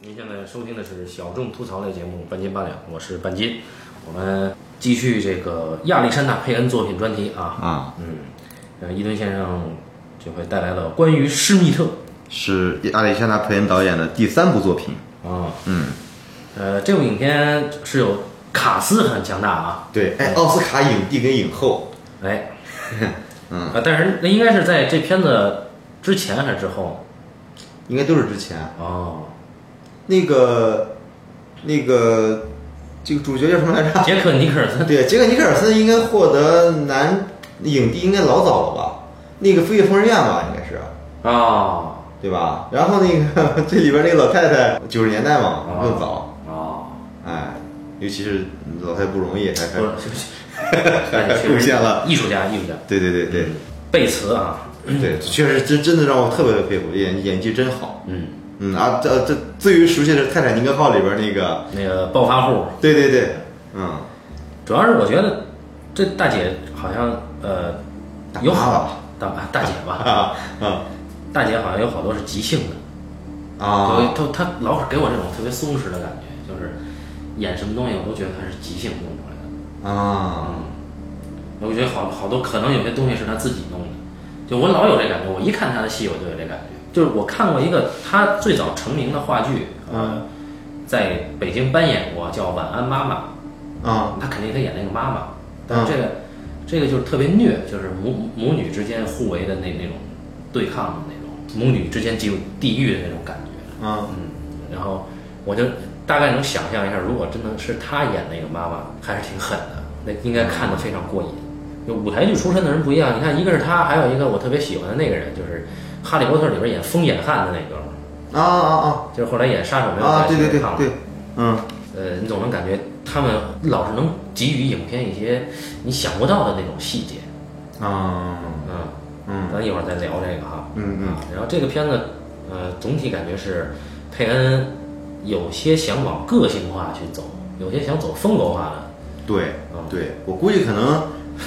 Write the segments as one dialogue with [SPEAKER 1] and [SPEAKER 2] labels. [SPEAKER 1] 您现在收听的是小众吐槽类节目《半斤八两》，我是半斤。我们继续这个亚历山大·佩恩作品专题啊，
[SPEAKER 2] 啊，
[SPEAKER 1] 嗯，呃，伊顿先生这回带来了关于施密特
[SPEAKER 2] 是亚历山大·佩恩导演的第三部作品。
[SPEAKER 1] 啊，
[SPEAKER 2] 嗯，
[SPEAKER 1] 呃，这部影片是有卡斯很强大啊，
[SPEAKER 2] 对，哎，奥斯卡影帝跟影后，
[SPEAKER 1] 哎，
[SPEAKER 2] 嗯，
[SPEAKER 1] 啊，但是那应该是在这片子之前还是之后？
[SPEAKER 2] 应该都是之前
[SPEAKER 1] 哦，
[SPEAKER 2] 那个那个这个主角叫什么来着？
[SPEAKER 1] 杰克·尼克尔森，
[SPEAKER 2] 对，杰克·尼克尔森应该获得男影帝应该老早了吧？那个《飞越疯人院》吧，应该是。
[SPEAKER 1] 哦，
[SPEAKER 2] 对吧？然后那个 这里边那个老太太，九十年代嘛，
[SPEAKER 1] 啊
[SPEAKER 2] 更早，
[SPEAKER 1] 哦，
[SPEAKER 2] 哎，尤其是老太太不容易，还还
[SPEAKER 1] 不是，是不是，
[SPEAKER 2] 还 还贡献了。
[SPEAKER 1] 艺术家，艺术家，
[SPEAKER 2] 对对对对、
[SPEAKER 1] 贝茨啊，
[SPEAKER 2] 对，确实真真的让我特别的佩服，演演技真好。
[SPEAKER 1] 嗯，
[SPEAKER 2] 嗯啊，这这最为熟悉的是《泰坦尼克号》里边那个，
[SPEAKER 1] 那个暴发户，
[SPEAKER 2] 对对对，嗯，
[SPEAKER 1] 主要是我觉得这大姐好像呃
[SPEAKER 2] 大
[SPEAKER 1] 有
[SPEAKER 2] 妈
[SPEAKER 1] 好
[SPEAKER 2] 吧
[SPEAKER 1] 大大姐吧，
[SPEAKER 2] 啊啊
[SPEAKER 1] 大姐好像有好多是即兴的，
[SPEAKER 2] 啊，
[SPEAKER 1] 就她她老是给我这种特别松弛的感觉，就是演什么东西我都觉得她是即兴弄出来的，
[SPEAKER 2] 啊，
[SPEAKER 1] 嗯，我觉得好好多可能有些东西是她自己弄的，就我老有这感觉，我一看她的戏我就有这感觉，就是我看过一个她最早成名的话剧，呃，
[SPEAKER 2] 嗯
[SPEAKER 1] 在北京扮演过叫《晚安妈妈》。
[SPEAKER 2] 啊
[SPEAKER 1] 他肯定得演那个妈妈，但是这个、
[SPEAKER 2] 嗯
[SPEAKER 1] 这个就是特别虐，就是母母女之间互为的那那种对抗的那种，母女之间进入地狱的那种感觉。
[SPEAKER 2] 啊
[SPEAKER 1] 嗯，然后我就大概能想象一下，如果真的是他演那个妈妈，还是挺狠的，那应该看得非常过瘾。就舞台剧出身的人不一样，你看，一个是他，还有一个我特别喜欢的那个人，就是《哈利波特》里边演疯眼汉的那哥们儿，
[SPEAKER 2] 啊啊
[SPEAKER 1] 就是后来演杀手
[SPEAKER 2] 啊
[SPEAKER 1] 没有
[SPEAKER 2] 啊！
[SPEAKER 1] 再
[SPEAKER 2] 对
[SPEAKER 1] 去
[SPEAKER 2] 对对
[SPEAKER 1] 看了
[SPEAKER 2] 对，嗯
[SPEAKER 1] 呃，你总能感觉他们老是能给予影片一些你想不到的那种细节。
[SPEAKER 2] 啊
[SPEAKER 1] 嗯，
[SPEAKER 2] 嗯
[SPEAKER 1] 咱一会儿再聊这个哈。
[SPEAKER 2] 嗯嗯
[SPEAKER 1] 啊，然后这个片子，呃，总体感觉是佩恩有些想往个性化去走，有些想走风格化的，
[SPEAKER 2] 对
[SPEAKER 1] 嗯
[SPEAKER 2] 对，我估计可能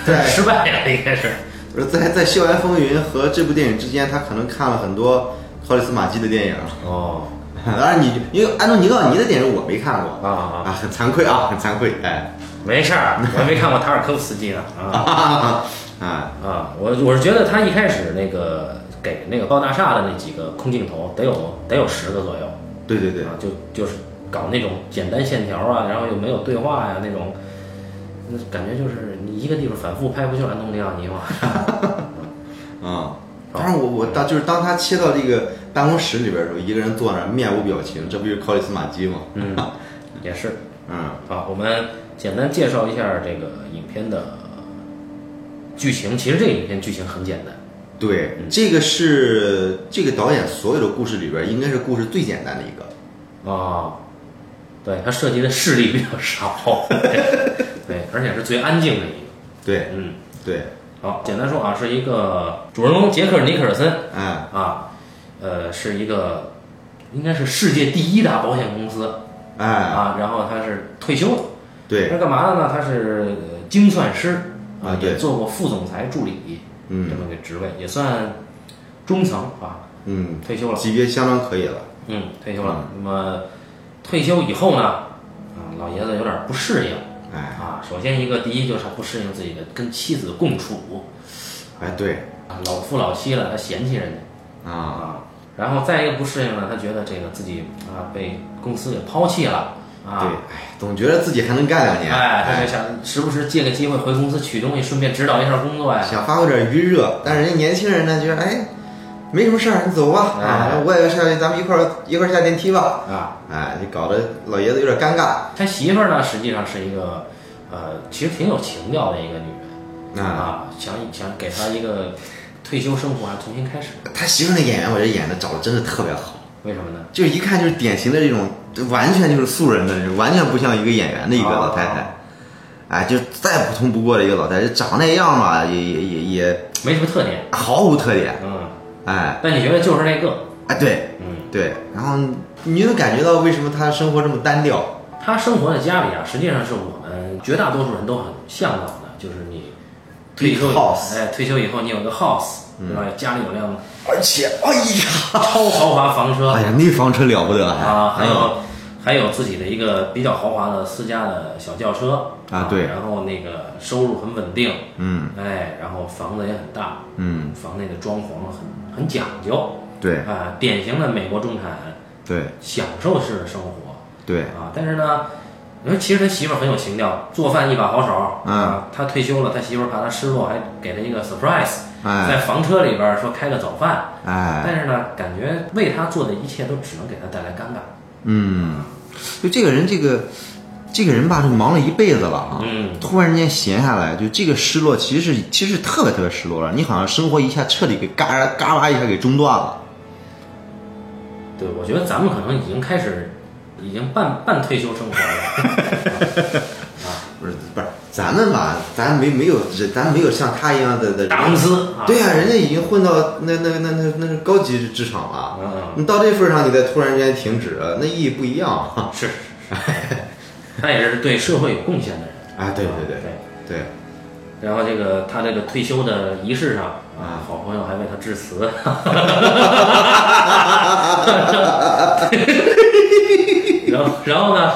[SPEAKER 2] 在
[SPEAKER 1] 失败了应该是。
[SPEAKER 2] 不是在在《校园风云》和这部电影之间，他可能看了很多考里斯马基 的电影。
[SPEAKER 1] 哦，
[SPEAKER 2] 当然你，因为安东尼奥尼的电影我没看过
[SPEAKER 1] 啊啊啊
[SPEAKER 2] 啊，很惭愧啊，很惭愧，哎
[SPEAKER 1] 没事儿，我还没看过塔尔科夫斯基呢。啊
[SPEAKER 2] 啊啊
[SPEAKER 1] 啊，我我是觉得他一开始那个给那个高大厦的那几个空镜头，得有得有十个左右。
[SPEAKER 2] 对对对
[SPEAKER 1] 啊，就就是搞那种简单线条啊，然后又没有对话呀、那种，那感觉就是你一个地方反复拍，不就安东尼奥尼吗？哦
[SPEAKER 2] 啊！当然我，我当就是当他切到这个办公室里边的时候，一个人坐那儿面无表情，这不就是考里斯马基吗？
[SPEAKER 1] 嗯，也是
[SPEAKER 2] 嗯
[SPEAKER 1] 啊。我们简单介绍一下这个影片的剧情。其实这个影片剧情很简单，
[SPEAKER 2] 对
[SPEAKER 1] 嗯，
[SPEAKER 2] 这个是这个导演所有的故事里边，应该是故事最简单的一个。
[SPEAKER 1] 啊，对，它涉及的势力比较少，对对，而且是最安静的一个。
[SPEAKER 2] 对
[SPEAKER 1] 嗯，
[SPEAKER 2] 对，
[SPEAKER 1] 好，简单说啊，是一个主人公杰克·尼克尔森。
[SPEAKER 2] 哎
[SPEAKER 1] 啊，呃，是一个应该是世界第一大保险公司
[SPEAKER 2] 哎，
[SPEAKER 1] 啊，然后他是退休了，他
[SPEAKER 2] 对，
[SPEAKER 1] 是干嘛的呢？他是呃精算师
[SPEAKER 2] 啊对
[SPEAKER 1] 也做过副总裁助理这
[SPEAKER 2] 嗯
[SPEAKER 1] 么个职位，也算中层啊，
[SPEAKER 2] 嗯，
[SPEAKER 1] 退休了，
[SPEAKER 2] 级别相当可以了。
[SPEAKER 1] 嗯，退休了。那么退休以后呢，啊，老爷子有点不适应
[SPEAKER 2] 哎
[SPEAKER 1] 啊。首先一个，第一就是他不适应自己的跟妻子共处
[SPEAKER 2] 哎，对
[SPEAKER 1] 啊，老夫老妻了，他嫌弃人家。
[SPEAKER 2] 啊，
[SPEAKER 1] 啊，然后再一个不适应呢，他觉得这个自己啊被公司给抛弃了
[SPEAKER 2] 对
[SPEAKER 1] 啊，，
[SPEAKER 2] 哎，总觉得自己还能干两年，
[SPEAKER 1] 哎，他就想时不时借个机会回公司取东西，顺便指导一下工作呀。
[SPEAKER 2] 想发挥点余热，但是人家年轻人呢，觉得哎，没什么事儿，你走吧，
[SPEAKER 1] 哎
[SPEAKER 2] 啊，我也下去，咱们一块儿一块儿下电梯吧，
[SPEAKER 1] 啊，
[SPEAKER 2] 哎，就搞得老爷子有点尴尬，
[SPEAKER 1] 他媳妇儿呢，实际上是一个呃，其实挺有情调的一个女人
[SPEAKER 2] 啊。
[SPEAKER 1] 啊，想想给她一个退休生活啊重新开始，
[SPEAKER 2] 他媳妇儿那演员，我觉得演的找的真的特别好，
[SPEAKER 1] 为什么呢？
[SPEAKER 2] 就一看就是典型的这种，完全就是素人的这种，完全不像一个演员的一个老太太，哎，就再普通不过的一个老太太，长那样吧，也也也也
[SPEAKER 1] 没什么特点，
[SPEAKER 2] 毫无特点，
[SPEAKER 1] 嗯，
[SPEAKER 2] 哎
[SPEAKER 1] 但你觉得就是那个，
[SPEAKER 2] 哎，对，
[SPEAKER 1] 嗯，
[SPEAKER 2] 对，然后你能感觉到为什么他生活这么单调？
[SPEAKER 1] 她生活在家里啊，实际上是我们绝大多数人都很向往的，就是你退休
[SPEAKER 2] Big house 嗯
[SPEAKER 1] 哎，退休以后你有个 house，对吧？家里有辆
[SPEAKER 2] 而且，哎呀，
[SPEAKER 1] 超豪华房车
[SPEAKER 2] 哎呀，那房车了不得还
[SPEAKER 1] 啊，还
[SPEAKER 2] 嗯
[SPEAKER 1] 有还有自己的一个比较豪华的私家的小轿车
[SPEAKER 2] 啊对
[SPEAKER 1] 然后那个收入很稳定，
[SPEAKER 2] 嗯
[SPEAKER 1] 哎，然后房子也很大，
[SPEAKER 2] 嗯，
[SPEAKER 1] 房内的装潢很很讲究，
[SPEAKER 2] 对
[SPEAKER 1] 啊，典型的美国中产
[SPEAKER 2] 对
[SPEAKER 1] 享受式的生活
[SPEAKER 2] 对，
[SPEAKER 1] 啊。但是呢，你说其实他媳妇儿很有情调，做饭一把好手。
[SPEAKER 2] 嗯
[SPEAKER 1] 啊，他退休了，他媳妇儿怕他失落，还给他一个 surprise，、在
[SPEAKER 2] 哎
[SPEAKER 1] 房车里边儿说开个早饭。
[SPEAKER 2] 哎，
[SPEAKER 1] 但是呢，感觉为他做的一切都只能给他带来尴尬。
[SPEAKER 2] 嗯，就这个人，这个这个人吧，就忙了一辈子了啊，
[SPEAKER 1] 嗯，
[SPEAKER 2] 突然间闲下来，就这个失落，其实是其实特别特别失落了，你好像生活一下彻底给嘎嘎啦一下给中断了，
[SPEAKER 1] 对，我觉得咱们可能已经开始，已经半半退休生活 了，
[SPEAKER 2] 不是不是，咱们吧，咱没没有咱没有像他一样的的
[SPEAKER 1] 大公司啊，
[SPEAKER 2] 对呀、人家已经混到那那那那那是高级职场了，
[SPEAKER 1] 嗯
[SPEAKER 2] 你到这份儿上，你再突然间停止，那意义不一样。啊
[SPEAKER 1] 是 是是，他也是对社会有贡献的人。
[SPEAKER 2] 啊，对对
[SPEAKER 1] 对
[SPEAKER 2] 对对，
[SPEAKER 1] 然后这个他这个退休的仪式上啊
[SPEAKER 2] 啊，
[SPEAKER 1] 好朋友还为他致辞， 然后然后呢，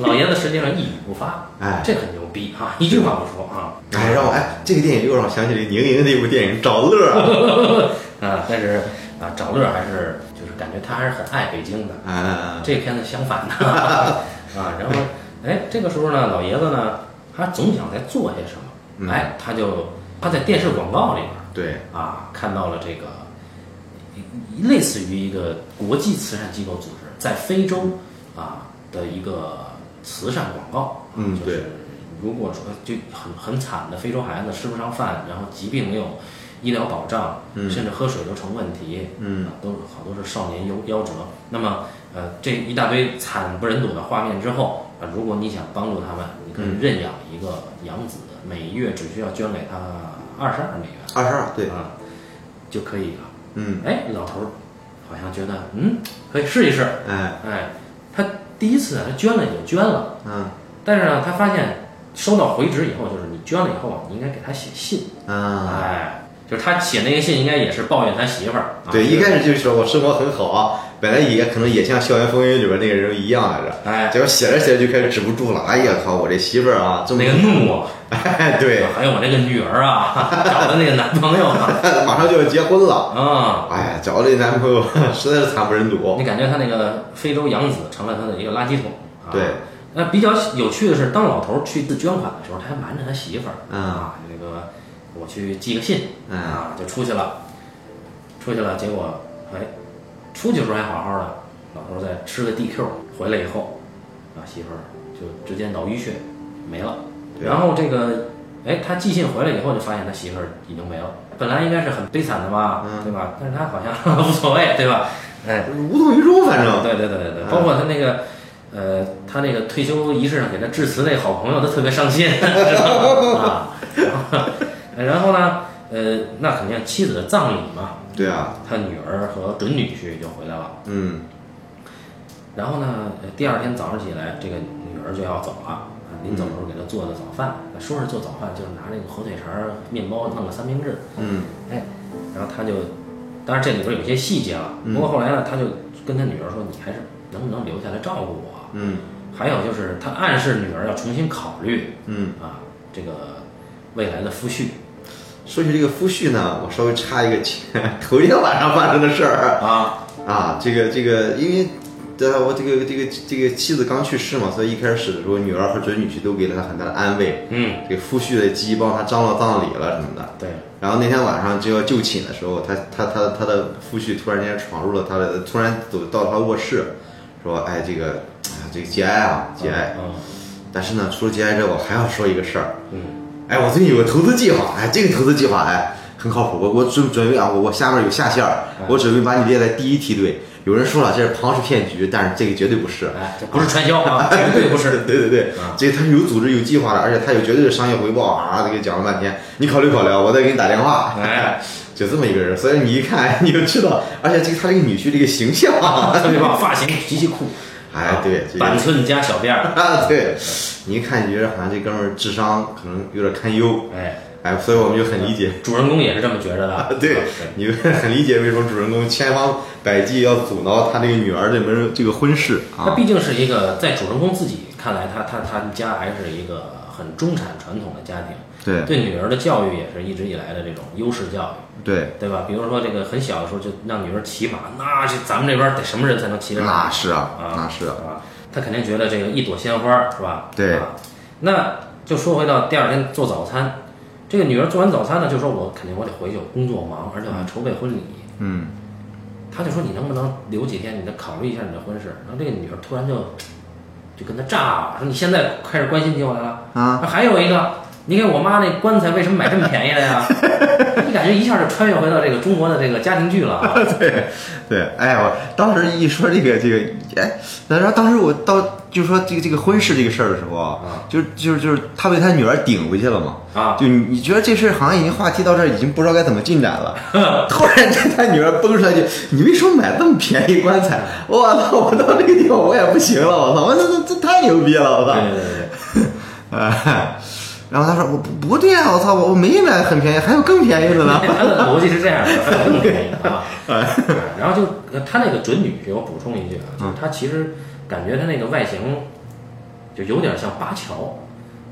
[SPEAKER 1] 老老爷子实际上一语不发，
[SPEAKER 2] 哎
[SPEAKER 1] 这很牛逼啊，一句话不说啊，
[SPEAKER 2] 哎，让我哎，这个电影又让我想起了宁宁那部电影《找乐儿》啊
[SPEAKER 1] 啊，但是啊，找乐还是就是感觉他还是很爱北京的，
[SPEAKER 2] 啊啊，
[SPEAKER 1] 这片子相反 的啊，然后哎，这个时候呢，老爷子呢，他总想再做些什
[SPEAKER 2] 嗯
[SPEAKER 1] 么，哎，他就他在电视广告里边。
[SPEAKER 2] 对，
[SPEAKER 1] 啊，看到了这个一类似于一个国际慈善机构组织在非洲啊的一个慈善广告，啊
[SPEAKER 2] 嗯
[SPEAKER 1] 就是
[SPEAKER 2] 对
[SPEAKER 1] 如果说就很很惨的非洲孩子吃不上饭，然后疾病没有医疗保障，
[SPEAKER 2] 嗯
[SPEAKER 1] 甚至喝水都成问题，
[SPEAKER 2] 嗯
[SPEAKER 1] 啊，都是好多是少年夭夭折。那么呃，这一大堆惨不忍睹的画面之后啊，如果你想帮助他们，你
[SPEAKER 2] 嗯
[SPEAKER 1] 可以认养一个养子，每月只需要捐给他二十二美元。
[SPEAKER 2] 二十二，对，
[SPEAKER 1] 啊，就可以了。
[SPEAKER 2] 嗯，
[SPEAKER 1] 哎，老头儿好像觉得，嗯，可以试一试。
[SPEAKER 2] 哎，
[SPEAKER 1] 哎，他第一次啊，他捐了也就捐了，
[SPEAKER 2] 嗯
[SPEAKER 1] 但是呢，他发现收到回执以后，就是你捐了以后啊，你应该给他写信。
[SPEAKER 2] 啊，
[SPEAKER 1] 哎，就是他写那个信，应该也是抱怨他媳妇儿。啊、
[SPEAKER 2] 对，一
[SPEAKER 1] 该
[SPEAKER 2] 开始就说我生活很好啊，本来也可能也像《校园风云》里边那个人一样来着，
[SPEAKER 1] 哎，
[SPEAKER 2] 结果写着写着就开始止不住了，哎呀靠，我这媳妇儿啊，这么
[SPEAKER 1] 那个怒啊，
[SPEAKER 2] 哎，对，
[SPEAKER 1] 还有我那个女儿啊， 找的那个男朋友啊，
[SPEAKER 2] 马上就要结婚了。
[SPEAKER 1] 啊、
[SPEAKER 2] 哎呀，找这男朋友 实在是惨不忍睹。
[SPEAKER 1] 你感觉他那个非洲养子成了他的一个垃圾桶。啊、
[SPEAKER 2] 对，
[SPEAKER 1] 那比较有趣的是，当老头儿去自捐款的时候，他还瞒着他媳妇儿、
[SPEAKER 2] 嗯
[SPEAKER 1] 啊，这个我去寄个信、
[SPEAKER 2] 嗯
[SPEAKER 1] 啊，就出去了，出去了，结果哎，出去的时候还好好的，老头儿再吃个 DQ，回来以后，啊，媳妇儿就直接脑淤血没了，
[SPEAKER 2] 对啊
[SPEAKER 1] 然后这个哎，他寄信回来以后就发现他媳妇儿已经没了，本来应该是很悲惨的吧，
[SPEAKER 2] 嗯
[SPEAKER 1] 对吧？但是他好像 无所谓，对吧？哎，
[SPEAKER 2] 无动于衷，反正
[SPEAKER 1] 对对对对对，
[SPEAKER 2] 嗯
[SPEAKER 1] 包括他那个，呃，他那个退休仪式上给他致辞那好朋友，他特别伤心， 知道吗啊。然后呢，呃，那肯定妻子的葬礼嘛，
[SPEAKER 2] 对啊，
[SPEAKER 1] 他女儿和准女婿就回来了。
[SPEAKER 2] 嗯
[SPEAKER 1] 然后呢，呃第二天早上起来，这个女儿就要走了。啊临走的时候给她做的早饭，说是做早饭，就是拿那个火腿肠儿、面包弄个三明治，
[SPEAKER 2] 嗯
[SPEAKER 1] 哎，然后他就，当然这里边有些细节了，不过后来呢，他就跟他女儿说：“你还是能不能留下来照顾我？”
[SPEAKER 2] 嗯
[SPEAKER 1] 还有就是，他暗示女儿要重新考虑
[SPEAKER 2] 嗯。
[SPEAKER 1] 啊，这个未来的夫婿
[SPEAKER 2] 说起这个夫婿呢，我稍微插一个前头一天晚上发生的事儿
[SPEAKER 1] 啊，
[SPEAKER 2] 啊，这个这个，因为呃我这个这个这个妻子刚去世嘛，所以一开始的时候，女儿和准女婿都给了她很大的安慰。
[SPEAKER 1] 嗯，
[SPEAKER 2] 这个夫婿的鸡帮他张罗葬礼了什么的。
[SPEAKER 1] 对，
[SPEAKER 2] 然后那天晚上就要就寝的时候，他他他他的夫婿突然间闯入了他的，突然走到他卧室，说：“哎，这个，哎这个节哀啊，节哀。
[SPEAKER 1] 嗯
[SPEAKER 2] 但是呢，除了节哀之外，我还要说一个事儿。
[SPEAKER 1] 嗯
[SPEAKER 2] 哎，我最近有个投资计划，哎，这个投资计划哎很靠谱。我我准准备啊，我我下面有下线儿，
[SPEAKER 1] 嗯
[SPEAKER 2] 我准备把你列在第一梯队。有人说了这是庞氏骗局，但是这个绝对不是。
[SPEAKER 1] 哎，这不是传销 啊，绝对 不是，
[SPEAKER 2] 对对对
[SPEAKER 1] 啊，
[SPEAKER 2] 这个他是有组织、有计划的，而且他有绝对的商业回报啊！这个讲了半天，你考虑考虑，啊，我再给你打电话。
[SPEAKER 1] 嗯哎，
[SPEAKER 2] 就这么一个人，所以你一看哎你就知道，而且这个他这个女婿这个形象，啊
[SPEAKER 1] 特别棒，发型极其酷，啊
[SPEAKER 2] 哎，对，这
[SPEAKER 1] 板
[SPEAKER 2] 个
[SPEAKER 1] 寸加 小辫儿，
[SPEAKER 2] 啊，对，你一看你觉得好像这哥们儿智商可能有点堪忧，
[SPEAKER 1] 哎，
[SPEAKER 2] 哎，所以我们就很理解，。
[SPEAKER 1] 主人公也是这么觉着的
[SPEAKER 2] 啊
[SPEAKER 1] 啊
[SPEAKER 2] 对，你们很理解为什么主人公千方百计要阻挠他这个女儿这门这个婚事
[SPEAKER 1] 他
[SPEAKER 2] 啊。
[SPEAKER 1] 毕竟是一个在主人公自己看来，他他他们家还是一个很中产传统的家庭，
[SPEAKER 2] 对
[SPEAKER 1] 对女儿的教育也是一直以来的这种优势教育，
[SPEAKER 2] 对，
[SPEAKER 1] 对吧？比如说这个很小的时候就让女儿骑马，那这咱们这边得什么人才能骑着马
[SPEAKER 2] 那是啊
[SPEAKER 1] 啊，
[SPEAKER 2] 那是啊，
[SPEAKER 1] 啊？他肯定觉得这个一朵鲜花是吧？
[SPEAKER 2] 对
[SPEAKER 1] 啊。那就说回到第二天做早餐，这个女儿做完早餐呢，就说我肯定我得回去，我工作忙，而且我还筹备婚礼。
[SPEAKER 2] 嗯，
[SPEAKER 1] 他就说你能不能留几天，你再考虑一下你的婚事。然后这个女儿突然就就跟他炸了，说你现在开始关心起我来了
[SPEAKER 2] 啊！
[SPEAKER 1] 还有一个，你给我妈那棺材为什么买这么便宜的呀？你感觉一下就穿越回到这个中国的这个家庭剧了啊！
[SPEAKER 2] 对对，哎，我当时一说这个这个，哎，然后当时我到就说这个这个婚事这个事儿的时候
[SPEAKER 1] 啊，
[SPEAKER 2] 就就是就是他被他女儿顶回去了嘛。
[SPEAKER 1] 啊
[SPEAKER 2] 就你你觉得这事儿好像已经话题到这儿，已经不知道该怎么进展了。 突然间，他女儿蹦出来一句：“你为什么买这么便宜棺材？” 我操！我到这个地方我也不行了，我操！我这这这太牛逼了，我操！
[SPEAKER 1] 对对对对。
[SPEAKER 2] 哎， 然后他说：“我不不对啊，我操！我我没买很便宜，还有更便宜的呢。
[SPEAKER 1] 他的逻辑是这样的，他更便宜啊。然后就他那个准女，我补充一句啊，就是他其实感觉他那个外形就有点像巴乔，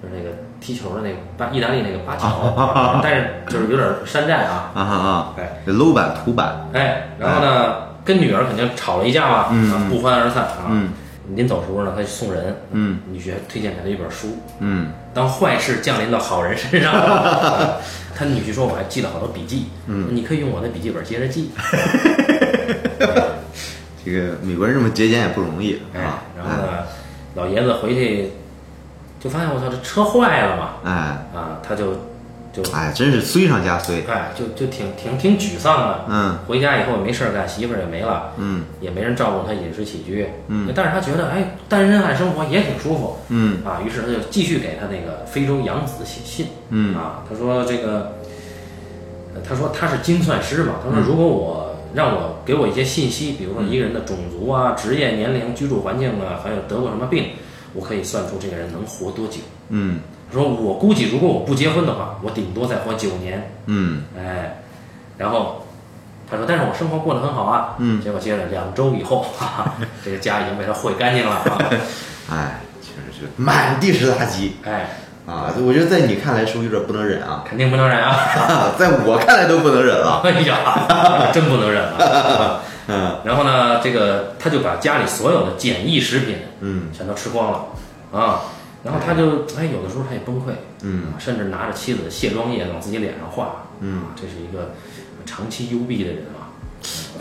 [SPEAKER 1] 就是那个踢球的那个巴意大利那个巴乔，但是就是有点山寨啊”。
[SPEAKER 2] 啊啊！
[SPEAKER 1] 哎
[SPEAKER 2] 这 low 版土版，
[SPEAKER 1] 哎，然后呢，跟女儿肯定吵了一架嘛，啊不欢而散啊。
[SPEAKER 2] 嗯
[SPEAKER 1] 临走时候呢，他就送人，
[SPEAKER 2] 嗯，
[SPEAKER 1] 女学推荐给他一本书，
[SPEAKER 2] 嗯
[SPEAKER 1] 当坏事降临到好人身上，啊 他女婿说我还记了好多笔记，嗯，啊你可以用我的笔记本接着记，，
[SPEAKER 2] 这个美国人这么节俭也不容易
[SPEAKER 1] 哎
[SPEAKER 2] 啊，。
[SPEAKER 1] 然后呢，老爷子回去就发现我操这车坏了嘛，
[SPEAKER 2] 哎
[SPEAKER 1] 啊，他就就
[SPEAKER 2] 哎，真是衰上加衰。
[SPEAKER 1] 哎就就挺挺挺沮丧的，
[SPEAKER 2] 嗯
[SPEAKER 1] 回家以后也没事儿干，媳妇儿也没了，
[SPEAKER 2] 嗯
[SPEAKER 1] 也没人照顾他饮食起居，嗯，但是他觉得哎单身汉生活也挺舒服，
[SPEAKER 2] 嗯
[SPEAKER 1] 啊，于是他就继续给他那个非洲养子写信，
[SPEAKER 2] 嗯
[SPEAKER 1] 啊，他说这个，呃他说他是精算师嘛，
[SPEAKER 2] 嗯
[SPEAKER 1] 他说如果我让我给我一些信息，比如说一个人的种族啊、职业、年龄、居住环境啊，还有得过什么病，我可以算出这个人能活多久。
[SPEAKER 2] 嗯
[SPEAKER 1] 他说我估计如果我不结婚的话，我顶多再活九年，
[SPEAKER 2] 嗯
[SPEAKER 1] 哎，然后。他说：“但是我生活过得很好啊。”
[SPEAKER 2] 嗯
[SPEAKER 1] 结果接着两周以后，哈 哈，这个家已经被他毁干净了、啊。
[SPEAKER 2] 哎，确实是满地是垃圾
[SPEAKER 1] 哎，
[SPEAKER 2] 啊！我觉得在你看来是不是有点不能忍啊？
[SPEAKER 1] 肯定不能忍啊！
[SPEAKER 2] 在我看来都不能忍了。
[SPEAKER 1] 哎呀，真不能忍啊！
[SPEAKER 2] 嗯
[SPEAKER 1] 然后呢，这个他就把家里所有的简易食品
[SPEAKER 2] 嗯
[SPEAKER 1] 全都吃光了啊。然后他就哎，有的时候他也崩溃，
[SPEAKER 2] 嗯
[SPEAKER 1] 啊甚至拿着妻子的卸妆液往自己脸上画，啊
[SPEAKER 2] 嗯，
[SPEAKER 1] 这是一个长期幽闭的人啊。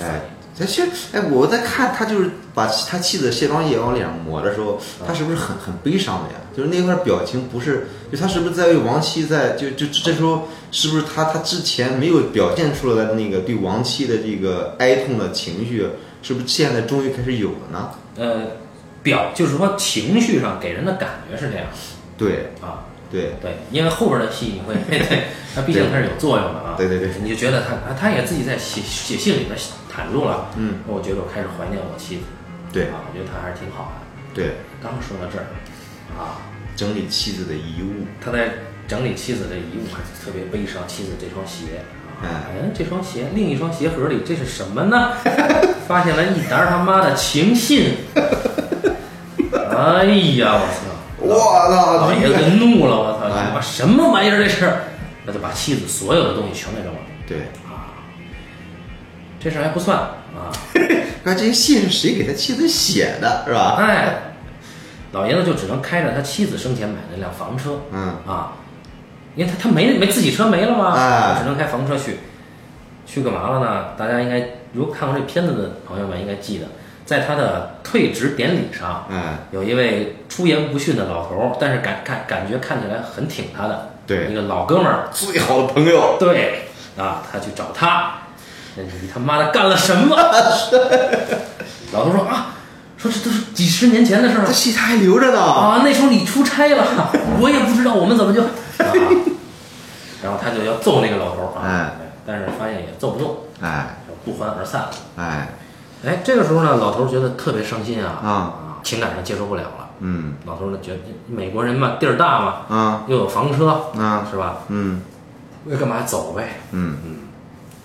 [SPEAKER 2] 哎，他其实哎，我在看他就是把他妻子的卸妆液往脸上抹的时候，他是不是很很悲伤的呀？就是那块表情不是，就他是不是在为亡妻在就就这时候是不是他他之前没有表现出来的那个对亡妻的这个哀痛的情绪，是不是现在终于开始有了呢？
[SPEAKER 1] 呃，表就是说情绪上给人的感觉是这样
[SPEAKER 2] 对
[SPEAKER 1] 啊，
[SPEAKER 2] 对
[SPEAKER 1] 对，因为后边的戏你会， 对，他毕竟他是有作用的啊。
[SPEAKER 2] 对对对，
[SPEAKER 1] 你就觉得他啊，他也自己在写写信里边袒露了，
[SPEAKER 2] 嗯，
[SPEAKER 1] 我觉得我开始怀念我妻子，
[SPEAKER 2] 对
[SPEAKER 1] 啊，我觉得她还是挺好的。
[SPEAKER 2] 对，
[SPEAKER 1] 刚说到这儿，啊，
[SPEAKER 2] 整理妻子的遗物，
[SPEAKER 1] 他在整理妻子的遗物，还是特别悲伤。妻子这双鞋，啊，
[SPEAKER 2] 嗯
[SPEAKER 1] 哎，这双鞋，另一双鞋盒里这是什么呢？ 发现了一沓他妈的情 信，哎呀，我操！
[SPEAKER 2] 我操
[SPEAKER 1] 老爷子怒了，我操！
[SPEAKER 2] 哎
[SPEAKER 1] 他妈什么玩意儿这是？那就把妻子所有的东西全给扔了。
[SPEAKER 2] 对，
[SPEAKER 1] 这事儿还不算啊，
[SPEAKER 2] 那这些信是谁给他妻子写的，是吧？
[SPEAKER 1] 哎，老爷子就只能开着他妻子生前买的那辆房车，
[SPEAKER 2] 嗯
[SPEAKER 1] 啊，因为他他没没自己车没了嘛，
[SPEAKER 2] 哎
[SPEAKER 1] 只能开房车去，去干嘛了呢？大家应该如果看过这片子的朋友们应该记得，在他的退职典礼上，
[SPEAKER 2] 哎，
[SPEAKER 1] 有一位出言不逊的老头儿，但是感感感觉看起来很挺他的，
[SPEAKER 2] 对
[SPEAKER 1] 一个老哥们儿，
[SPEAKER 2] 最好的朋友，
[SPEAKER 1] 对啊，他去找他，那你他妈的干了什么？ 老头说啊，说这都是几十年前的事儿
[SPEAKER 2] 这
[SPEAKER 1] 了
[SPEAKER 2] 戏他还留着呢。
[SPEAKER 1] 啊，那时候你出差了，我也不知道我们怎么就，啊、然后他就要揍那个老头儿啊
[SPEAKER 2] 哎，
[SPEAKER 1] 但是发现也揍不动，
[SPEAKER 2] 哎
[SPEAKER 1] 就不欢而散了。
[SPEAKER 2] 哎，
[SPEAKER 1] 哎，这个时候呢，老头儿觉得特别伤心啊，
[SPEAKER 2] 啊
[SPEAKER 1] 情感上接受不了了。
[SPEAKER 2] 嗯
[SPEAKER 1] 老头儿呢，觉得美国人嘛，地儿大嘛，
[SPEAKER 2] 啊
[SPEAKER 1] 又有房车，
[SPEAKER 2] 啊
[SPEAKER 1] 是吧？
[SPEAKER 2] 嗯
[SPEAKER 1] 要干嘛走呗。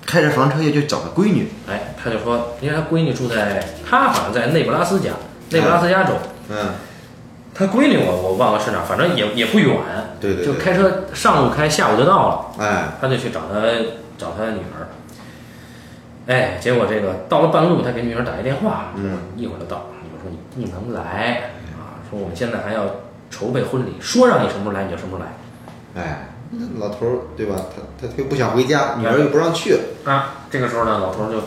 [SPEAKER 2] 开着房车又去找他闺女，
[SPEAKER 1] 哎，他就说，因为他闺女住在，他好像在内布拉斯加，内布拉斯加州。
[SPEAKER 2] 嗯，
[SPEAKER 1] 他闺女我我忘了是哪儿，反正也也不远，
[SPEAKER 2] 对对对
[SPEAKER 1] 就开车上午开，下午就到了。
[SPEAKER 2] 哎，
[SPEAKER 1] 他就去找他找他女儿。哎，结果这个到了半路，他给女儿打一电话，说
[SPEAKER 2] 嗯
[SPEAKER 1] 一会儿就到。女儿说你不能来啊，说我们现在还要筹备婚礼，说让你什么时候来你就什么时候来
[SPEAKER 2] 哎，那老头儿对吧？他他他又不想回家，女儿又不让去，
[SPEAKER 1] 啊。这个时候呢，老头儿就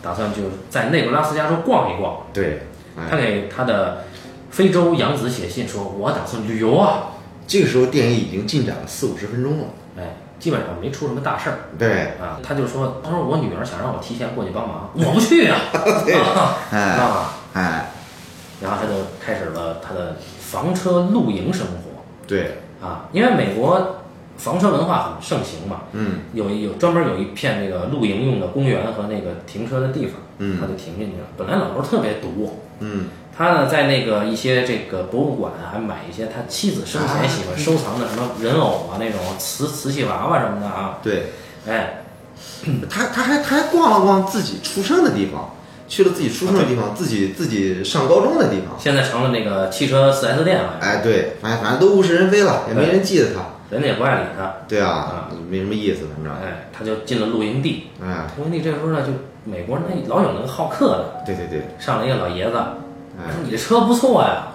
[SPEAKER 1] 打算就在内布拉斯加州逛一逛。
[SPEAKER 2] 对，
[SPEAKER 1] 他
[SPEAKER 2] 哎，
[SPEAKER 1] 给他的非洲养子写信说，我打算旅游啊。
[SPEAKER 2] 这个时候电影已经进展了四五十分钟了，
[SPEAKER 1] 哎，基本上没出什么大事儿。
[SPEAKER 2] 对，
[SPEAKER 1] 啊，他就说，他说我女儿想让我提前过去帮忙，我不去啊，
[SPEAKER 2] 哎
[SPEAKER 1] 知道吗？
[SPEAKER 2] 哎，
[SPEAKER 1] 然后他就开始了他的房车露营生活
[SPEAKER 2] 对，
[SPEAKER 1] 啊，因为美国房车文化很盛行嘛，
[SPEAKER 2] 嗯，
[SPEAKER 1] 有有专门有一片那个露营用的公园和那个停车的地方，
[SPEAKER 2] 嗯
[SPEAKER 1] 他就停进去了。本来老头特别毒，
[SPEAKER 2] 嗯，
[SPEAKER 1] 他呢在那个一些这个博物馆啊还买一些他妻子生前喜欢收藏的什么人偶啊那种瓷瓷器娃娃什么的啊，
[SPEAKER 2] 对，
[SPEAKER 1] 哎，
[SPEAKER 2] 他他还他还逛了逛自己出生的地方，去了自己出
[SPEAKER 1] 啊
[SPEAKER 2] 生的地方，自己自己上高中的地方，
[SPEAKER 1] 现在成了那个汽车 4S 店了，
[SPEAKER 2] 哎，对，反正反正都物是人非了，也没人记得他，
[SPEAKER 1] 人家也不爱理他，
[SPEAKER 2] 对啊，没什么意思，反正，
[SPEAKER 1] 哎，他就进了露营地，
[SPEAKER 2] 哎，
[SPEAKER 1] 红地这时候呢，就美国人他老有那个好客的，
[SPEAKER 2] 对对对，
[SPEAKER 1] 上来一个老爷子，
[SPEAKER 2] 哎
[SPEAKER 1] 说你这车不错呀。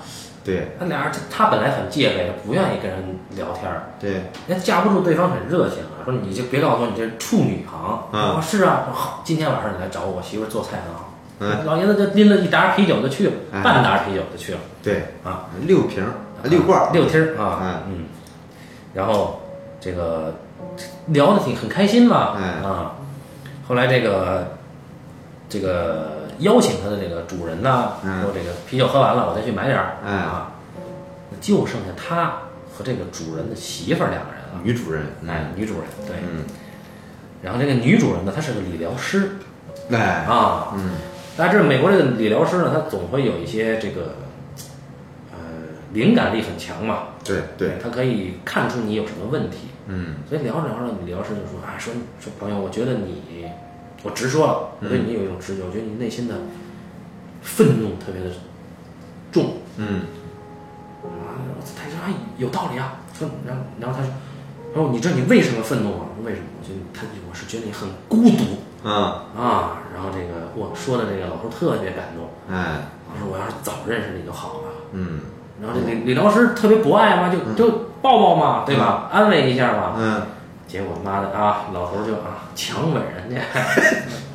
[SPEAKER 2] 对
[SPEAKER 1] 他俩人他他本来很戒备，他不愿意跟人聊天儿，
[SPEAKER 2] 对，
[SPEAKER 1] 人家架不住对方很热情啊，说你就别告诉我你这是处女行。
[SPEAKER 2] 嗯
[SPEAKER 1] 我说是啊，我说好，今天晚上你来找我，我媳妇儿做菜很好。
[SPEAKER 2] 嗯
[SPEAKER 1] 老爷子就拎了一打啤酒就去了，
[SPEAKER 2] 哎
[SPEAKER 1] 半打啤酒就去了
[SPEAKER 2] 对，
[SPEAKER 1] 啊，
[SPEAKER 2] 六瓶儿六罐儿，哎
[SPEAKER 1] 六听儿啊，嗯，然后这个聊的挺很开心嘛，
[SPEAKER 2] 哎
[SPEAKER 1] 啊，后来这个这个邀请他的这个主人呢，
[SPEAKER 2] 嗯
[SPEAKER 1] 说这个啤酒喝完了，我再去买点儿，
[SPEAKER 2] 哎
[SPEAKER 1] 啊，就剩下他和这个主人的媳妇儿两个人了，
[SPEAKER 2] 女主人，
[SPEAKER 1] 哎，女主人对，
[SPEAKER 2] 嗯，
[SPEAKER 1] 然后这个女主人呢，她是个理疗师
[SPEAKER 2] 哎，
[SPEAKER 1] 啊，
[SPEAKER 2] 嗯，
[SPEAKER 1] 大家知道美国这个理疗师呢，他总会有一些这个呃灵感力很强嘛，
[SPEAKER 2] 对对，
[SPEAKER 1] 他可以看出你有什么问题。
[SPEAKER 2] 嗯
[SPEAKER 1] 所以聊着聊着，你聊师就说啊，说说朋友，我觉得你，我直说了，我
[SPEAKER 2] 嗯
[SPEAKER 1] 对你有一种直觉，我觉得你内心的愤怒特别的重
[SPEAKER 2] 嗯，
[SPEAKER 1] 啊。他说啊，有道理啊。说然后然后他说，他说你知道你为什么愤怒吗？我说为什么？我觉得你他我是觉得你很孤独
[SPEAKER 2] 啊，
[SPEAKER 1] 啊。然后这个我说的这个老头特别感动，
[SPEAKER 2] 哎，
[SPEAKER 1] 我说我要是早认识你就好了。
[SPEAKER 2] 嗯
[SPEAKER 1] 然后这理理疗师特别博爱嘛，就就抱抱嘛，对吧？安慰一下嘛。
[SPEAKER 2] 嗯，
[SPEAKER 1] 结果妈的啊，老头儿就啊强吻人家，
[SPEAKER 2] 啊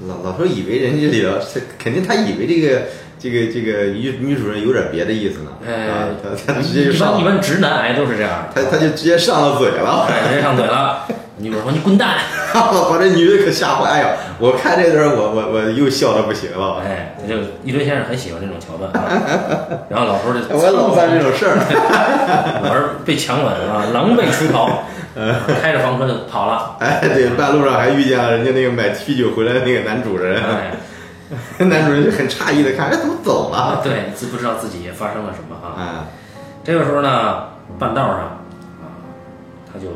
[SPEAKER 2] 老老头以为人家这个，肯定他以为这个这个这个女女主人有点别的意思呢，
[SPEAKER 1] 哎
[SPEAKER 2] 啊，他他直接就
[SPEAKER 1] 一般
[SPEAKER 2] 上
[SPEAKER 1] 一
[SPEAKER 2] 了，
[SPEAKER 1] 般直男癌都是这样，
[SPEAKER 2] 他他就直接上了嘴了，
[SPEAKER 1] 哎直接上嘴了。女主说你滚蛋，
[SPEAKER 2] 把这女的可吓坏，哎呀，我看这段儿我我我又笑的不行了，
[SPEAKER 1] 哎，就一堆先生很喜欢这种桥段啊。然后老头儿就
[SPEAKER 2] 我老干这种事儿，
[SPEAKER 1] 老头儿被强吻啊，狼狈出逃，
[SPEAKER 2] 嗯
[SPEAKER 1] 开着房车就跑了。
[SPEAKER 2] 哎，对，半路上还遇见了人家那个买啤酒回来的那个男主人，
[SPEAKER 1] 哎，
[SPEAKER 2] 男主人就很诧异的看，哎，怎么走了？
[SPEAKER 1] 对，自不知道自己发生了什么啊。
[SPEAKER 2] 啊，
[SPEAKER 1] 这个时候呢，半道上啊，他就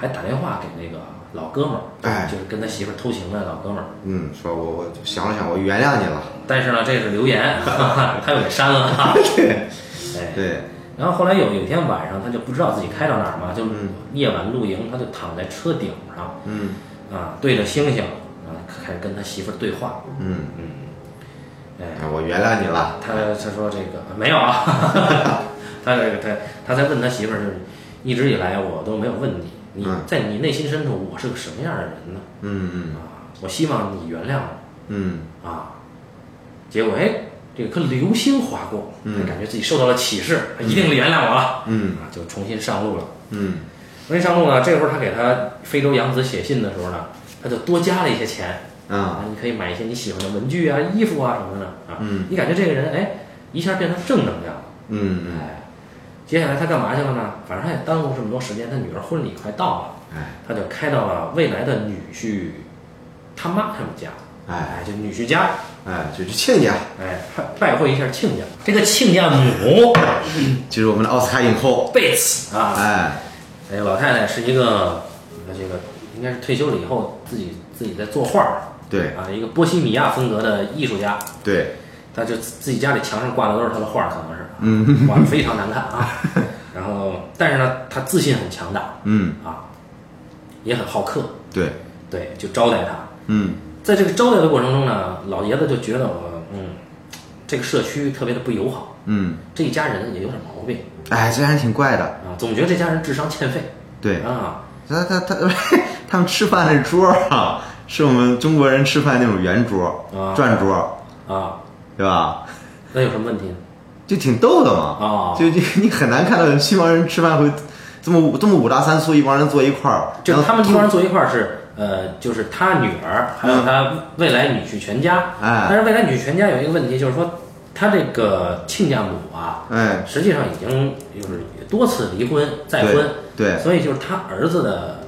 [SPEAKER 1] 还打电话给那个老哥们儿，
[SPEAKER 2] 哎
[SPEAKER 1] 就是跟他媳妇儿偷情的老哥们儿。
[SPEAKER 2] 嗯，说我我想了想，我原谅你了，
[SPEAKER 1] 但是呢，这是留言， 哈哈，他又给删了。哈哈 哎，
[SPEAKER 2] 对，
[SPEAKER 1] 然后后来有有一天晚上，他就不知道自己开到哪儿嘛，就夜晚露营，他就躺在车顶上
[SPEAKER 2] 嗯
[SPEAKER 1] 啊，对着星星啊，开始跟他媳妇儿对话。
[SPEAKER 2] 嗯
[SPEAKER 1] 哎，
[SPEAKER 2] 哎我原谅你了，
[SPEAKER 1] 他他说这个没有啊， 哈哈他这个他他在问他媳妇儿，就是一直以来我都没有问你，你
[SPEAKER 2] 嗯
[SPEAKER 1] 在你内心深处我是个什么样的人呢？
[SPEAKER 2] 嗯
[SPEAKER 1] 啊，我希望你原谅我
[SPEAKER 2] 嗯嗯，
[SPEAKER 1] 啊。结果哎，这个颗流星划过，他感觉自己受到了启示，他一定原谅我了，
[SPEAKER 2] 嗯
[SPEAKER 1] 啊，就重新上路了。
[SPEAKER 2] 嗯，
[SPEAKER 1] 重新上路呢，这会儿他给他非洲养子写信的时候呢，他就多加了一些钱
[SPEAKER 2] 啊，，
[SPEAKER 1] 你可以买一些你喜欢的文具啊、衣服啊什么的啊。
[SPEAKER 2] 嗯，
[SPEAKER 1] 你感觉这个人哎，一下变成正能量了。
[SPEAKER 2] 嗯
[SPEAKER 1] 哎，接下来他干嘛去了呢？反正他也耽误这么多时间，他女儿婚礼快到了，
[SPEAKER 2] 嗯，哎
[SPEAKER 1] 他就开到了未来的女婿他妈他们家，
[SPEAKER 2] 哎
[SPEAKER 1] 哎，就女婿家，
[SPEAKER 2] 哎，就去亲家，
[SPEAKER 1] 哎，拜会一下亲家。这个亲家母
[SPEAKER 2] 就是我们的奥斯卡影后，
[SPEAKER 1] 贝茨啊，
[SPEAKER 2] 哎，
[SPEAKER 1] 哎，老太太是一个呃这个应该是退休了以后自己自己在作画儿
[SPEAKER 2] 对
[SPEAKER 1] 啊，一个波西米亚风格的艺术家，
[SPEAKER 2] 对，
[SPEAKER 1] 他就自己家里墙上挂的都是他的画儿，可能是，嗯，画的非常难看啊。 然后，但是呢，他自信很强大
[SPEAKER 2] 嗯，
[SPEAKER 1] 啊，也很好客，
[SPEAKER 2] 对，
[SPEAKER 1] 对，就招待他。
[SPEAKER 2] 嗯，
[SPEAKER 1] 在这个招待的过程中呢，老爷子就觉得我，嗯，这个社区特别的不友好，
[SPEAKER 2] 嗯，
[SPEAKER 1] 这一家人也有点毛病
[SPEAKER 2] 哎，这还挺怪的，
[SPEAKER 1] 啊，总觉得这家人智商欠费
[SPEAKER 2] 对，
[SPEAKER 1] 啊。
[SPEAKER 2] 他他 他他们吃饭那桌儿啊，是我们中国人吃饭那种圆桌
[SPEAKER 1] 啊
[SPEAKER 2] 儿、转桌儿，
[SPEAKER 1] 啊，
[SPEAKER 2] 对吧？
[SPEAKER 1] 那有什么问题呢？
[SPEAKER 2] 就挺逗的嘛，
[SPEAKER 1] 啊
[SPEAKER 2] 就 就你很难看到有西方人吃饭会这么五这么五大三粗一帮人坐一块儿，
[SPEAKER 1] 就
[SPEAKER 2] 然
[SPEAKER 1] 是他
[SPEAKER 2] 后
[SPEAKER 1] 们一帮人坐一块儿是，呃，就是他女儿还有他未来女婿全家。
[SPEAKER 2] 哎
[SPEAKER 1] 但是未来女婿全家有一个问题，就是说他这个亲家母啊，
[SPEAKER 2] 哎，
[SPEAKER 1] 实际上已经就是多次离婚再
[SPEAKER 2] 对
[SPEAKER 1] 婚，
[SPEAKER 2] 对
[SPEAKER 1] 所以就是他儿子的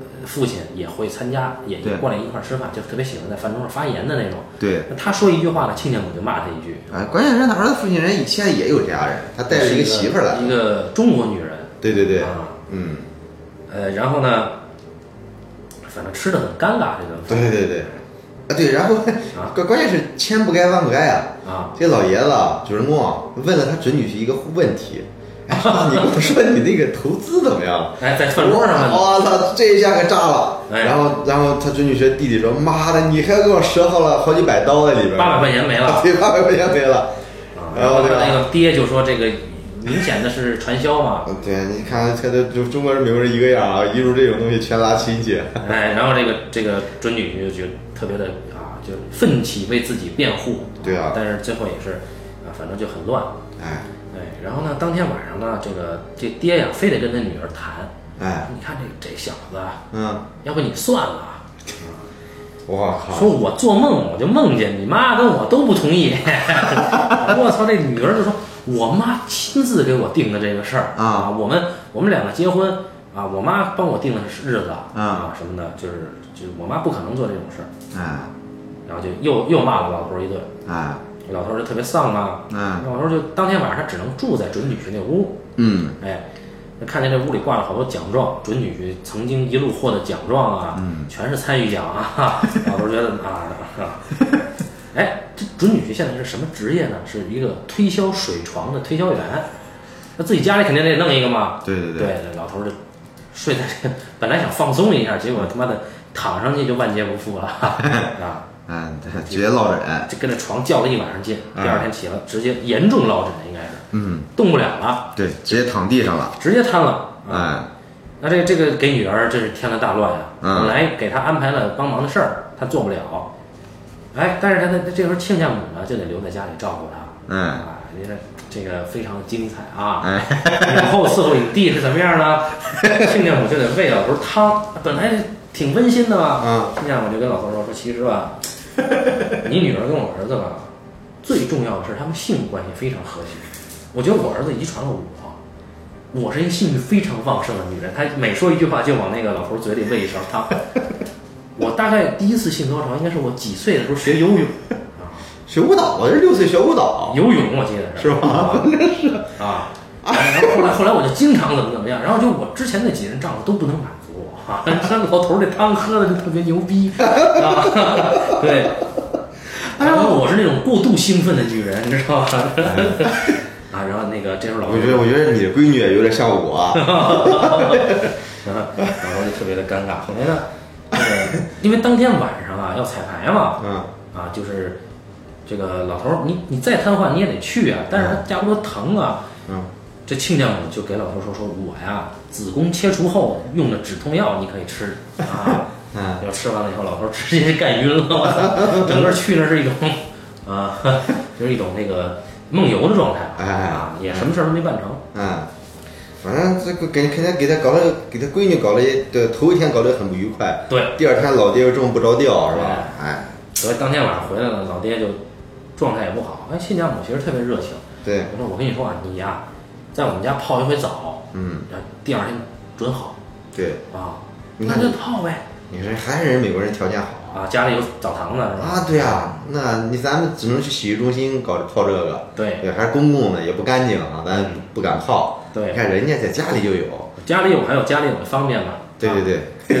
[SPEAKER 1] 呃父亲也会参加，也
[SPEAKER 2] 对
[SPEAKER 1] 过来一块儿吃饭，就特别喜欢在饭桌上发言的那种。
[SPEAKER 2] 对，
[SPEAKER 1] 那他说一句话呢，亲家母就骂他一句。
[SPEAKER 2] 哎，关键是他儿子父亲人现在也有这样人，他带着一个媳妇儿来，
[SPEAKER 1] 一个中国女人。
[SPEAKER 2] 对对对，
[SPEAKER 1] 啊，
[SPEAKER 2] 嗯，
[SPEAKER 1] 呃，然后呢，反正吃的很尴尬这顿饭
[SPEAKER 2] 对对对，啊对，然后
[SPEAKER 1] 啊
[SPEAKER 2] 关关键是千不该万不该啊，
[SPEAKER 1] 啊，
[SPEAKER 2] 这老爷子啊主人公啊问了他准女婿一个问题，哎，你跟我说你那个投资怎么样 了？
[SPEAKER 1] 哎，在
[SPEAKER 2] 我
[SPEAKER 1] 饭桌上呢，
[SPEAKER 2] 我操，这一下可炸了！
[SPEAKER 1] 哎
[SPEAKER 2] 然后，然后他准女婿弟弟说：“妈的，你还给我折耗了好几百刀在里边儿，
[SPEAKER 1] 八百块钱没了。
[SPEAKER 2] 对，八百块钱没了。
[SPEAKER 1] 啊
[SPEAKER 2] 然
[SPEAKER 1] 然
[SPEAKER 2] 后
[SPEAKER 1] 后
[SPEAKER 2] 这个
[SPEAKER 1] 那个爹就说这个明显的是传销嘛，
[SPEAKER 2] 嗯对，你看，现在就中国人、美国人一个样啊，一入这种东西全拉亲戚。
[SPEAKER 1] 哎，然后这个这个准女婿就觉得特别的啊，就奋起为自己辩护。
[SPEAKER 2] 对啊
[SPEAKER 1] 但是最后也是啊，反正就很乱。
[SPEAKER 2] 哎
[SPEAKER 1] 哎，然后呢，当天晚上呢，这个这爹呀，非得跟他女儿谈，
[SPEAKER 2] 哎，
[SPEAKER 1] 你看这这小子，
[SPEAKER 2] 嗯，
[SPEAKER 1] 要不你算了啊。
[SPEAKER 2] 我靠，
[SPEAKER 1] 说我做梦我就梦见你妈跟我都不同意， 我操！这女儿就说，我妈亲自给我定的这个事儿
[SPEAKER 2] 啊
[SPEAKER 1] 我们我们两个结婚啊，我妈帮我定的日子
[SPEAKER 2] 啊
[SPEAKER 1] 什么的，就是就是我妈不可能做这种事儿，
[SPEAKER 2] 哎
[SPEAKER 1] 然后就又又骂了老头儿一顿，
[SPEAKER 2] 哎
[SPEAKER 1] 老头儿就特别丧啊，
[SPEAKER 2] 哎，
[SPEAKER 1] 老头儿就当天晚上只能住在准女婿那屋，
[SPEAKER 2] 嗯
[SPEAKER 1] 哎，那看见这屋里挂了好多奖状，准女婿曾经一路获得奖状啊，
[SPEAKER 2] 嗯
[SPEAKER 1] 全是参与奖啊。 老头儿觉得啊，啊哎，这准女婿现在是什么职业呢？是一个推销水床的推销员。那自己家里肯定得弄一个嘛。
[SPEAKER 2] 对对
[SPEAKER 1] 对
[SPEAKER 2] 对
[SPEAKER 1] 老头儿就睡在这个，本来想放松一下，结果他妈的躺上去就万劫不复了 啊！
[SPEAKER 2] 哎，直接落枕。哎
[SPEAKER 1] 就跟那床较了一晚上劲，第二天起来直接严重落枕，应该是
[SPEAKER 2] 嗯，
[SPEAKER 1] 动不了了，
[SPEAKER 2] 对，直接躺地上了。
[SPEAKER 1] 直接瘫了。啊
[SPEAKER 2] 哎，
[SPEAKER 1] 那这这个给女儿真是添了大乱啊！
[SPEAKER 2] 嗯
[SPEAKER 1] 本来给她安排了帮忙的事儿，她做不了。哎，但是她她这时候亲家母呢，就得留在家里照顾她。
[SPEAKER 2] 嗯，
[SPEAKER 1] 啊，你看这个非常的精彩啊！
[SPEAKER 2] 哎
[SPEAKER 1] 以后伺候影帝是怎么样呢？ 亲家母就得喂老头汤，本来挺温馨的嘛。
[SPEAKER 2] 嗯
[SPEAKER 1] 亲家母就跟老头说：“说其实吧，你女儿跟我儿子吧，最重要的是他们性关系非常和谐。我觉得我儿子遗传了我。”我是一个性欲非常旺盛的女人，她每说一句话就往那个老头嘴里喂一勺汤。我大概第一次性高潮应该是我几岁的时候学游泳，啊
[SPEAKER 2] 学舞蹈，我这六岁学舞蹈。
[SPEAKER 1] 游泳我记得是
[SPEAKER 2] 哦是吗？
[SPEAKER 1] 啊啊！然后后来后来我就经常怎么怎么样，然后就我之前那几任丈夫都不能满足我啊， 但是那老头儿那汤喝的就特别牛逼啊，对。然后我是那种过度兴奋的女人，你知道吧？ 啊，然后那个这时候老头
[SPEAKER 2] 我
[SPEAKER 1] 儿
[SPEAKER 2] 觉得，我觉得你的闺女也有点像我。啊
[SPEAKER 1] 然后然后就特别的尴尬。后来呢，那个因为当天晚上啊要彩排嘛，
[SPEAKER 2] 嗯，
[SPEAKER 1] 啊就是这个老头儿，你你再瘫痪你也得去啊，但是他架不住疼啊。
[SPEAKER 2] 嗯，
[SPEAKER 1] 这亲家母就给老头儿说说，我呀子宫切除后用的止痛药你可以吃啊。
[SPEAKER 2] 嗯
[SPEAKER 1] 要吃完了以后，老头儿直接干晕了，我 操整个去那是一种啊，就是一种那个梦游的状态
[SPEAKER 2] 哎
[SPEAKER 1] 啊，也什么事儿都没办成。
[SPEAKER 2] 嗯，反正这个给肯定给他搞了，给他闺女搞了一，对，头一天搞得很不愉快，
[SPEAKER 1] 对，
[SPEAKER 2] 第二天老爹又中不着调，是吧？哎，
[SPEAKER 1] 所以当天晚上回来了，老爹就状态也不好。哎，亲家母其实特别热情，
[SPEAKER 2] 对，
[SPEAKER 1] 我说我跟你说啊，你呀、在我们家泡一回澡，
[SPEAKER 2] 嗯，
[SPEAKER 1] 呃第二天准好
[SPEAKER 2] 对，
[SPEAKER 1] 啊，
[SPEAKER 2] 嗯
[SPEAKER 1] 那就泡呗
[SPEAKER 2] 你说还是人美国人条件好
[SPEAKER 1] 啊，家里有澡堂子是吧？
[SPEAKER 2] 啊？对啊，那你咱们只能去洗浴中心搞泡这个，
[SPEAKER 1] 对，
[SPEAKER 2] 对，还是公共的，也不干净啊，咱不敢泡。
[SPEAKER 1] 对
[SPEAKER 2] 你看人家在家里就有，
[SPEAKER 1] 家里有还有家里有的方便嘛，
[SPEAKER 2] 对对
[SPEAKER 1] 啊
[SPEAKER 2] 对，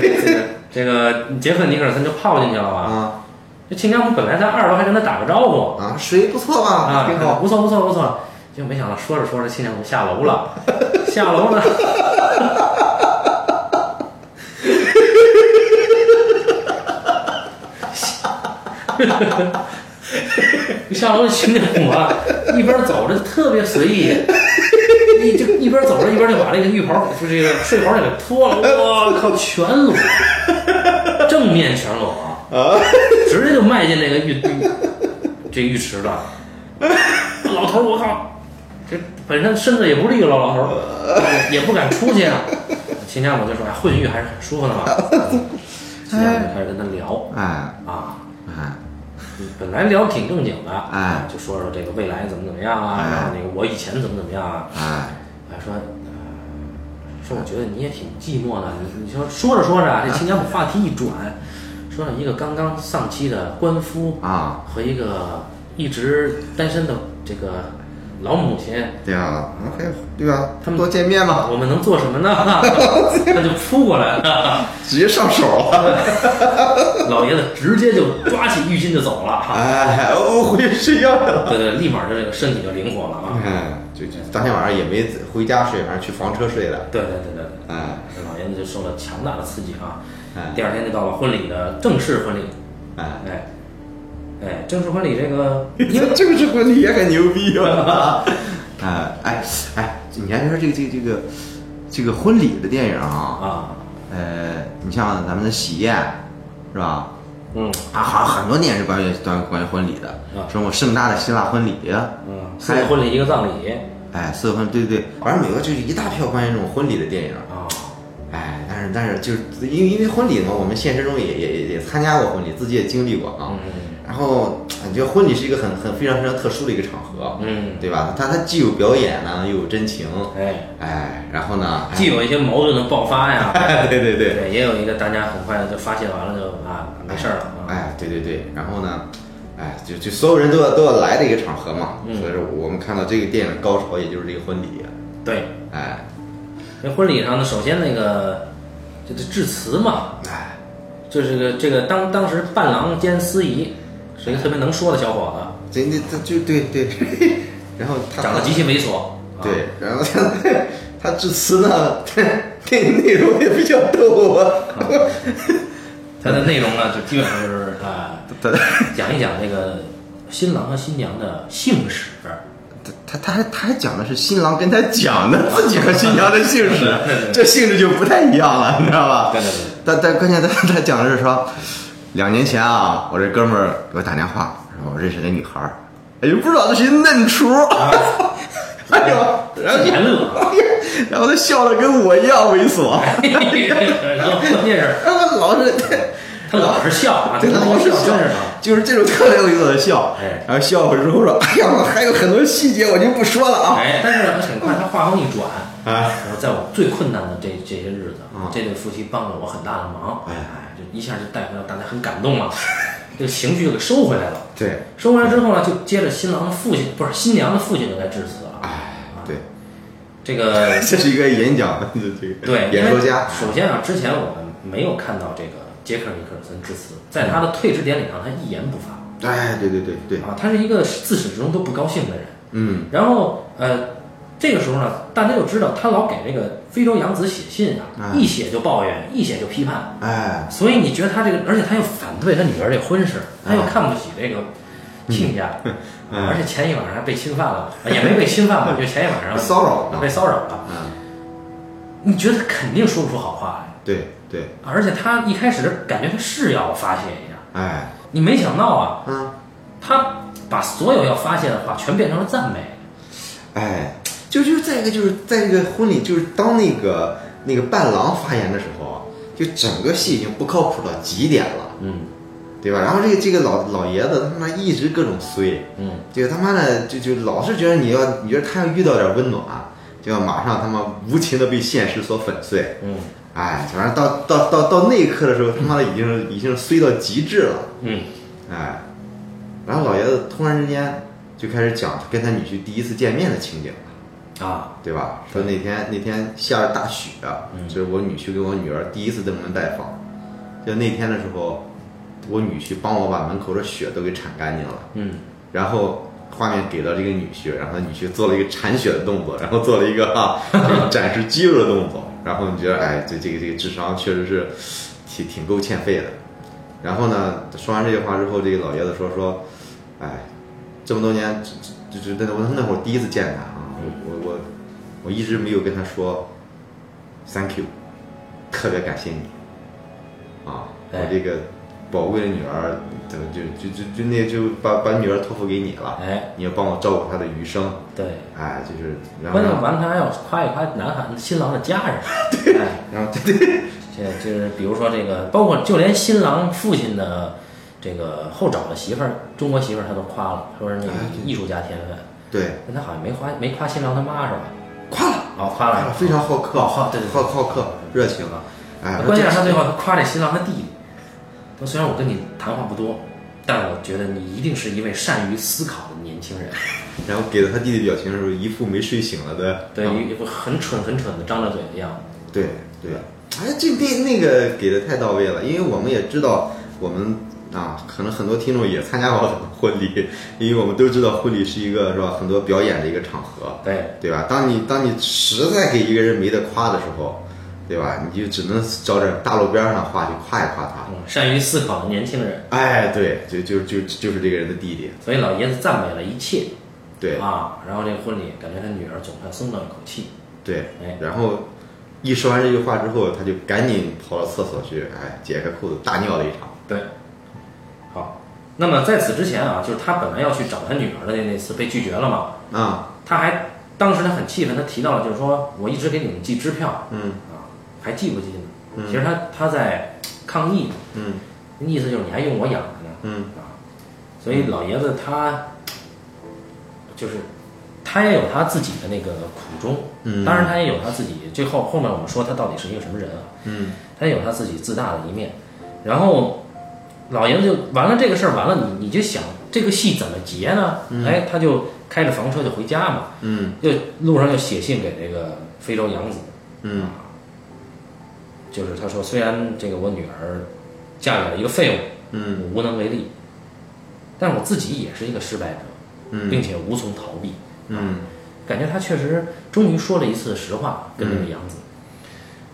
[SPEAKER 1] 这个这个这个杰克尼克森就泡进去了嘛。
[SPEAKER 2] 啊
[SPEAKER 1] 这亲家母本来才二楼，还跟他打个招呼
[SPEAKER 2] 啊，水不错吧？
[SPEAKER 1] 啊，
[SPEAKER 2] 挺好。
[SPEAKER 1] 不错不错不错。结果没想到说着说着，亲家母下楼 了，下楼呢， 下楼亲家母啊，一边走着特别随意，一就一边走着一边就把那个浴袍，就这个睡袍就给脱了，我靠，全裸，正面全裸啊，直接就迈进这个浴 这浴池了。老头儿，我靠，这本身身子也不利落，老头儿也不敢出去啊。秦家母就说：“哎，混浴还是很舒服的嘛。”秦家母开始跟他聊
[SPEAKER 2] 哎
[SPEAKER 1] 啊，
[SPEAKER 2] 哎
[SPEAKER 1] 本来聊挺正经的，
[SPEAKER 2] 哎
[SPEAKER 1] 就说说这个未来怎么怎么样啊，
[SPEAKER 2] 哎
[SPEAKER 1] 然后那个我以前怎么怎么样啊，
[SPEAKER 2] 哎，
[SPEAKER 1] 还说。呃说我觉得你也挺寂寞的，你你说说着说着啊，这秦家母话题一转，说了一个刚刚丧妻的官夫
[SPEAKER 2] 啊，
[SPEAKER 1] 和一个一直单身的这个老母亲，
[SPEAKER 2] 对啊，那可以对吧？
[SPEAKER 1] 他们
[SPEAKER 2] 多见面嘛，
[SPEAKER 1] 我们能做什么呢？他就扑过来了，
[SPEAKER 2] 直接上手了。
[SPEAKER 1] 老爷子直接就抓起浴巾就走了哈。
[SPEAKER 2] 哎，我回去睡觉去了。
[SPEAKER 1] 对对，立马就这个身体就灵活了啊。
[SPEAKER 2] 哎，就就当天晚上也没回家睡，反正去房车睡了。
[SPEAKER 1] 对对对对对，
[SPEAKER 2] 哎
[SPEAKER 1] 这老爷子就受了强大的刺激啊。
[SPEAKER 2] 哎
[SPEAKER 1] 第二天就到了婚礼的正式婚礼，
[SPEAKER 2] 哎，
[SPEAKER 1] 哎哎，正式婚礼这个
[SPEAKER 2] 因为这个是婚礼也很牛逼吧？哎哎哎，你还说这个这个这个这个婚礼的电影啊，
[SPEAKER 1] 啊，
[SPEAKER 2] 呃，你像咱们的喜宴是吧？
[SPEAKER 1] 嗯
[SPEAKER 2] 啊，好像很多年是关于关于关于婚礼的，
[SPEAKER 1] 啊
[SPEAKER 2] 什么盛大的希腊婚礼，啊
[SPEAKER 1] 嗯，四
[SPEAKER 2] 还
[SPEAKER 1] 个婚礼一个葬礼
[SPEAKER 2] 哎，四分对对，反正美国就是一大票关于这种婚礼的电影，
[SPEAKER 1] 啊，
[SPEAKER 2] 哎，但是但是就是因为因为婚礼嘛，我们现实中也也也也参加过婚礼，自己也经历过啊。
[SPEAKER 1] 嗯
[SPEAKER 2] 然后啊你觉得婚礼是一个很很非常非常特殊的一个场合，
[SPEAKER 1] 嗯，
[SPEAKER 2] 对吧？它它既有表演呢，又有真情，
[SPEAKER 1] 哎，
[SPEAKER 2] 哎，然后呢，哎
[SPEAKER 1] 既有一些矛盾的爆发呀，
[SPEAKER 2] 对对对，
[SPEAKER 1] 对，也有一个大家很快就发泄完了就啊没事儿了啊。
[SPEAKER 2] 哎，对对对，然后呢，哎，就就所有人都要都要来的一个场合嘛，
[SPEAKER 1] 嗯
[SPEAKER 2] 所以说我们看到这个电影的高潮，也就是这个婚礼，
[SPEAKER 1] 对，
[SPEAKER 2] 哎
[SPEAKER 1] 那婚礼上呢，首先那个这这致辞嘛，
[SPEAKER 2] 哎，
[SPEAKER 1] 就是个这个当当时伴郎兼司仪是一个特别能说的小伙
[SPEAKER 2] 这这这就对对， 然后
[SPEAKER 1] 子，
[SPEAKER 2] 他
[SPEAKER 1] 长得极其猥琐。啊，
[SPEAKER 2] 对，然后他他致辞呢， 内内容也比较逗 啊，
[SPEAKER 1] 它的内容呢，就基本上就是啊，
[SPEAKER 2] 他
[SPEAKER 1] 讲一讲这个新郎和新娘的姓史。
[SPEAKER 2] 他他还他还讲的是新郎跟他讲的自己和新娘的性 质，这性质就不太一样了，你知道吧？
[SPEAKER 1] 对对对
[SPEAKER 2] 但但关键他他讲的是说，两年前啊，我这哥们儿给我打电话，说我认识个女孩儿，哎呦，不知道这是一嫩雏， 哎呦，然后
[SPEAKER 1] 自己还乐，
[SPEAKER 2] 然后他笑的跟我一样猥琐，
[SPEAKER 1] 然后关键是
[SPEAKER 2] 然后老是
[SPEAKER 1] 他老是笑啊，
[SPEAKER 2] 对，
[SPEAKER 1] 他
[SPEAKER 2] 他老是
[SPEAKER 1] 是
[SPEAKER 2] 笑
[SPEAKER 1] 真是啊，，
[SPEAKER 2] 就是这种特别有意思的笑
[SPEAKER 1] 哎，
[SPEAKER 2] 然后笑会儿之后说，哎呀，我还有很多细节我就不说了啊，
[SPEAKER 1] 哎，但是很快他话锋一转，
[SPEAKER 2] 啊。
[SPEAKER 1] 然后在我最困难的这这些日子，
[SPEAKER 2] 嗯
[SPEAKER 1] 这对夫妻帮了我很大的忙，
[SPEAKER 2] 哎
[SPEAKER 1] 哎，就一下就带回来，大家很感动嘛， 这个情绪就给收回来了。
[SPEAKER 2] 对，
[SPEAKER 1] 收回来之后呢，就接着新郎的父亲，不是新娘的父亲就该致辞了。
[SPEAKER 2] 哎，对，
[SPEAKER 1] 这个
[SPEAKER 2] 这是一个演讲，这个
[SPEAKER 1] 对，
[SPEAKER 2] 演
[SPEAKER 1] 因
[SPEAKER 2] 说
[SPEAKER 1] 为
[SPEAKER 2] 家，
[SPEAKER 1] 首先啊，之前我们没有看到这个杰克尼克尔森致辞，在他的退职典礼上，他一言不发
[SPEAKER 2] 哎，对对对对，
[SPEAKER 1] 啊，他是一个自始至终都不高兴的人。
[SPEAKER 2] 嗯，
[SPEAKER 1] 然后呃，这个时候呢，大家就知道他老给这个非洲养子写信啊，
[SPEAKER 2] 哎
[SPEAKER 1] 一写就抱怨，一写就批判，
[SPEAKER 2] 哎，
[SPEAKER 1] 所以你觉得他这个，而且他又反对他女儿这婚事，他又
[SPEAKER 2] 哎
[SPEAKER 1] 看不起这个亲家，啊
[SPEAKER 2] 嗯
[SPEAKER 1] 而且前一晚上还被侵犯了，啊也没被侵犯吧，就前一晚上
[SPEAKER 2] 骚扰呢
[SPEAKER 1] 被骚扰了。
[SPEAKER 2] 嗯，
[SPEAKER 1] 你觉得他肯定说不出好话来，
[SPEAKER 2] 对对，
[SPEAKER 1] 而且他一开始感觉他是要发泄一下，
[SPEAKER 2] 哎，
[SPEAKER 1] 你没想到啊，
[SPEAKER 2] 嗯，
[SPEAKER 1] 他把所有要发泄的话全变成了赞美。
[SPEAKER 2] 哎，就就是再一个就是在这个婚礼，就是当那个那个伴郎发言的时候啊，就整个戏已经不靠谱到极点了，
[SPEAKER 1] 嗯
[SPEAKER 2] 对吧？然后这个这个老老爷子他妈一直各种衰，
[SPEAKER 1] 嗯，
[SPEAKER 2] 这个他妈的就就老是觉得你要，你觉得他要遇到点温暖，就要马上他妈无情的被现实所粉碎。
[SPEAKER 1] 嗯
[SPEAKER 2] 哎，反正到到到到那一刻的时候，他妈的已经已经衰到极致了，
[SPEAKER 1] 嗯，
[SPEAKER 2] 哎，然后老爷子突然之间就开始讲他跟他女婿第一次见面的情景，
[SPEAKER 1] 啊，
[SPEAKER 2] 对吧？说啊那天那天下着大雪，就是我女婿跟我女儿第一次登门拜访，就那天的时候，我女婿帮我把门口的雪都给铲干净了，
[SPEAKER 1] 嗯，
[SPEAKER 2] 然后。画面给到这个女婿，然后女婿做了一个铲雪的动作，然后做了一个哈、 就是展示肌肉的动作，然后你觉得哎，这这个这个智商确实是挺挺够欠费的。然后呢，说完这句话之后，这个老爷子说说，哎，这么多年，这这这那我那会儿第一次见他啊，我我我我一直没有跟他说 thank you，特别感谢你啊，我
[SPEAKER 1] 哎
[SPEAKER 2] 这个宝贵的女儿，怎么就就就就那就把把女儿托付给你了。
[SPEAKER 1] 哎，
[SPEAKER 2] 你要帮我照顾她的余生，
[SPEAKER 1] 对，
[SPEAKER 2] 哎，就是然后
[SPEAKER 1] 关键
[SPEAKER 2] 让，
[SPEAKER 1] 完他要夸一夸男孩新郎的家人，
[SPEAKER 2] 哎，然后 对对，
[SPEAKER 1] 这就是比如说这个，包括就连新郎父亲的这个后找的媳妇儿，中国媳妇儿他都夸了，说是
[SPEAKER 2] 哎
[SPEAKER 1] 那个艺术家天分，
[SPEAKER 2] 对，
[SPEAKER 1] 但他好像没夸没夸新郎他妈是吧？
[SPEAKER 2] 夸了，
[SPEAKER 1] 哦，夸
[SPEAKER 2] 夸了，
[SPEAKER 1] 了，
[SPEAKER 2] 非常好客，
[SPEAKER 1] 好客对对对
[SPEAKER 2] 好好客，热情啊，哎，
[SPEAKER 1] 关键是他最后他夸这新郎他弟弟，说虽然我跟你谈话不多，但我觉得你一定是一位善于思考的年轻人。
[SPEAKER 2] 然后给了他弟弟表情的时候，一副没睡醒了的，
[SPEAKER 1] 对，
[SPEAKER 2] 嗯
[SPEAKER 1] 一副很蠢很蠢的张着嘴的样子。
[SPEAKER 2] 对对，哎，这那那个给的太到位了，因为我们也知道，我们啊，可能很多听众也参加过我们的婚礼，因为我们都知道婚礼是一个是吧，很多表演的一个场合，
[SPEAKER 1] 对，
[SPEAKER 2] 对吧？当你当你实在给一个人没得夸的时候，对吧？你就只能找点大路边上的话去夸一夸他。
[SPEAKER 1] 嗯，善于思考的年轻人，
[SPEAKER 2] 哎，对，就就就就是这个人的弟弟，
[SPEAKER 1] 所以老爷子赞美了一切。
[SPEAKER 2] 对
[SPEAKER 1] 啊，然后这个婚礼感觉他女儿总算松了一口气。
[SPEAKER 2] 对
[SPEAKER 1] 哎。
[SPEAKER 2] 然后一说完这句话之后，他就赶紧跑到厕所去，哎，解开裤子大尿了一场。
[SPEAKER 1] 对，好，那么在此之前啊，就是他本来要去找他女儿的那那次被拒绝了嘛，
[SPEAKER 2] 啊，
[SPEAKER 1] 他还当时他很气愤，他提到了就是说我一直给你们寄支票
[SPEAKER 2] 嗯
[SPEAKER 1] 啊，还寄不寄呢？
[SPEAKER 2] 嗯
[SPEAKER 1] 其实他他在抗议嘛，
[SPEAKER 2] 嗯
[SPEAKER 1] 意思就是你还用我养着呢。
[SPEAKER 2] 嗯，
[SPEAKER 1] 啊，所以老爷子他就是他也有他自己的那个苦衷，
[SPEAKER 2] 嗯
[SPEAKER 1] 当然他也有他自己最后后面我们说他到底是一个什么人啊，
[SPEAKER 2] 嗯
[SPEAKER 1] 他也有他自己自大的一面。然后老爷子就完了这个事儿，完了你你就想这个戏怎么结呢？哎，他就开着房车就回家嘛，
[SPEAKER 2] 嗯
[SPEAKER 1] 就路上就写信给这个非洲养子，啊
[SPEAKER 2] 嗯
[SPEAKER 1] 就是他说虽然这个我女儿嫁给了一个废物，
[SPEAKER 2] 嗯
[SPEAKER 1] 我无能为力，但是我自己也是一个失败者，并
[SPEAKER 2] 嗯
[SPEAKER 1] 且无从逃避。啊
[SPEAKER 2] 嗯
[SPEAKER 1] 感觉他确实终于说了一次实话，跟这
[SPEAKER 2] 嗯
[SPEAKER 1] 个杨子。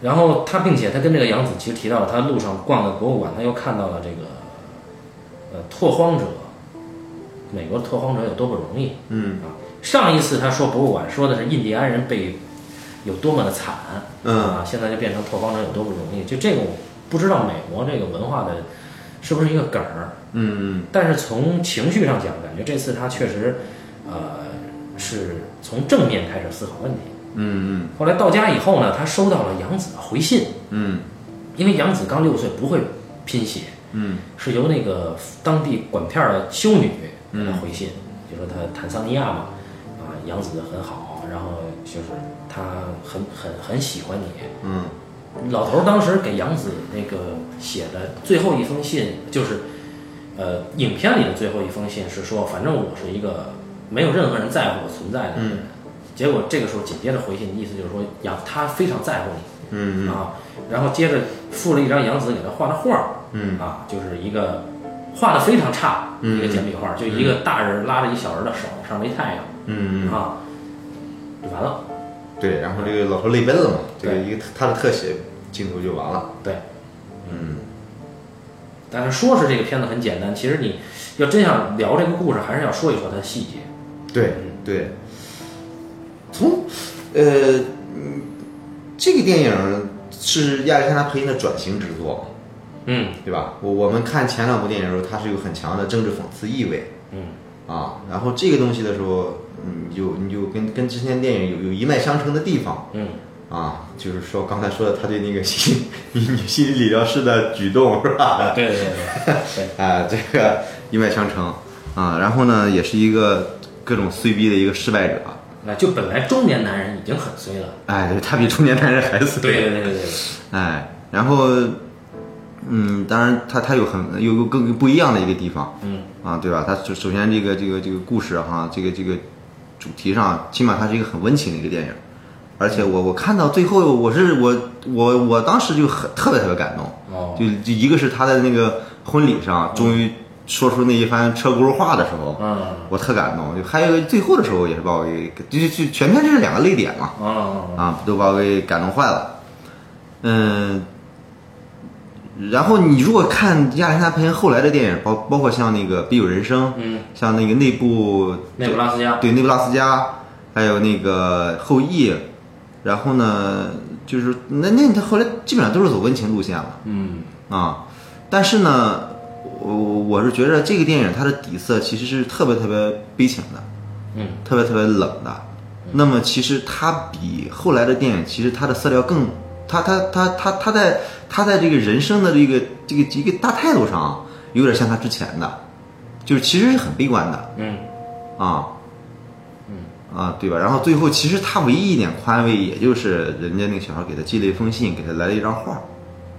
[SPEAKER 1] 然后他，并且他跟这个杨子其实提到了，他路上逛的博物馆，他又看到了这个，呃，拓荒者，美国拓荒者有多不容易。啊
[SPEAKER 2] 嗯
[SPEAKER 1] 上一次他说博物馆说的是印第安人被有多么的惨，
[SPEAKER 2] 嗯
[SPEAKER 1] 啊，现在就变成拓荒者有多不容易。就这个我不知道美国这个文化的是不是一个梗儿，
[SPEAKER 2] 嗯
[SPEAKER 1] 但是从情绪上讲，感觉这次他确实，呃，是从正面开始思考问题。
[SPEAKER 2] 嗯
[SPEAKER 1] 后来到家以后呢，他收到了杨子的回信，
[SPEAKER 2] 嗯
[SPEAKER 1] 因为杨子刚六岁，不会拼写，
[SPEAKER 2] 嗯
[SPEAKER 1] 是由那个当地管片儿的修女给
[SPEAKER 2] 嗯
[SPEAKER 1] 他回信，就说他坦桑尼亚嘛，啊，杨子很好，然后就是他很很很喜欢你，
[SPEAKER 2] 嗯
[SPEAKER 1] 老头儿当时给杨子那个写的最后一封信，就是，呃，影片里的最后一封信是说，反正我是一个没有任何人在乎我存在的
[SPEAKER 2] 嗯
[SPEAKER 1] 人。结果这个时候紧接着回信，意思就是说杨他非常在乎你、
[SPEAKER 2] 嗯
[SPEAKER 1] 啊，然后接着附了一张杨子给他画的画儿，
[SPEAKER 2] 嗯
[SPEAKER 1] 啊，就是一个画的非常差、
[SPEAKER 2] 嗯
[SPEAKER 1] 一个简笔画，就一个大人拉着一小人的手，上面一太阳、
[SPEAKER 2] 嗯。
[SPEAKER 1] 啊，就完了。
[SPEAKER 2] 对，然后这个老头泪奔了嘛，这个
[SPEAKER 1] 对
[SPEAKER 2] 一个他的特写镜头就完了。
[SPEAKER 1] 对，
[SPEAKER 2] 嗯
[SPEAKER 1] 但是说是这个片子很简单，其实你要真想聊这个故事，还是要说一说它的细节。，
[SPEAKER 2] 对
[SPEAKER 1] 嗯
[SPEAKER 2] 对，从呃，嗯这个电影是亚历山大·佩恩的转型之作，
[SPEAKER 1] 嗯
[SPEAKER 2] 对吧？我我们看前两部电影的时候，它是有很强的政治讽刺意味
[SPEAKER 1] 嗯，
[SPEAKER 2] 啊，然后这个东西的时候，嗯，有你就跟跟之前电影有有一脉相承的地方。
[SPEAKER 1] 嗯，
[SPEAKER 2] 啊，就是说刚才说的，他对那个心女心理理疗师的举动是吧？
[SPEAKER 1] 啊，对对对对对，
[SPEAKER 2] 啊，这个一脉相承啊。然后呢，也是一个各种碎逼的一个失败者。 啊
[SPEAKER 1] 那就本来中年男人已经很衰了，
[SPEAKER 2] 哎，对他比中年男人还碎。
[SPEAKER 1] 对对对对对，
[SPEAKER 2] 哎，然后，嗯，当然他他有很有有更不一样的一个地方
[SPEAKER 1] 嗯
[SPEAKER 2] 啊，对吧？他首首先这个这个这个故事哈，这个这个主题上，起码它是一个很温情的一个电影而且我我看到最后，我是我我我当时就很特别特别感动，
[SPEAKER 1] 哦，
[SPEAKER 2] 就就一个是他在那个婚礼上终于说出那一番车轱辘话的时候，
[SPEAKER 1] 嗯，
[SPEAKER 2] 我特感动。就还有一个最后的时候也是把我给，就就就全片就是两个泪点嘛，
[SPEAKER 1] 啊，
[SPEAKER 2] 啊，都把我给感动坏了。嗯，然后你如果看亚历山大·佩恩后来的电影，包包括像那个《别有人生》，
[SPEAKER 1] 嗯，
[SPEAKER 2] 像那个内部
[SPEAKER 1] 内布拉斯加，
[SPEAKER 2] 对内布拉斯加，还有那个后裔，然后呢，就是那那他后来基本上都是走温情路线了
[SPEAKER 1] 嗯，
[SPEAKER 2] 啊。但是呢，我我是觉得这个电影它的底色其实是特别特别悲情的，
[SPEAKER 1] 嗯，
[SPEAKER 2] 特别特别冷的。那么其实它比后来的电影，其实它的色调更，它它它它它在它在这个人生的这个这个一个大态度上啊，有点像它之前的，就是其实是很悲观的。
[SPEAKER 1] 嗯，
[SPEAKER 2] 啊，嗯啊，对吧？然后最后其实他唯一一点宽慰，也就是人家那个小孩给他寄了一封信，给他来了一张画，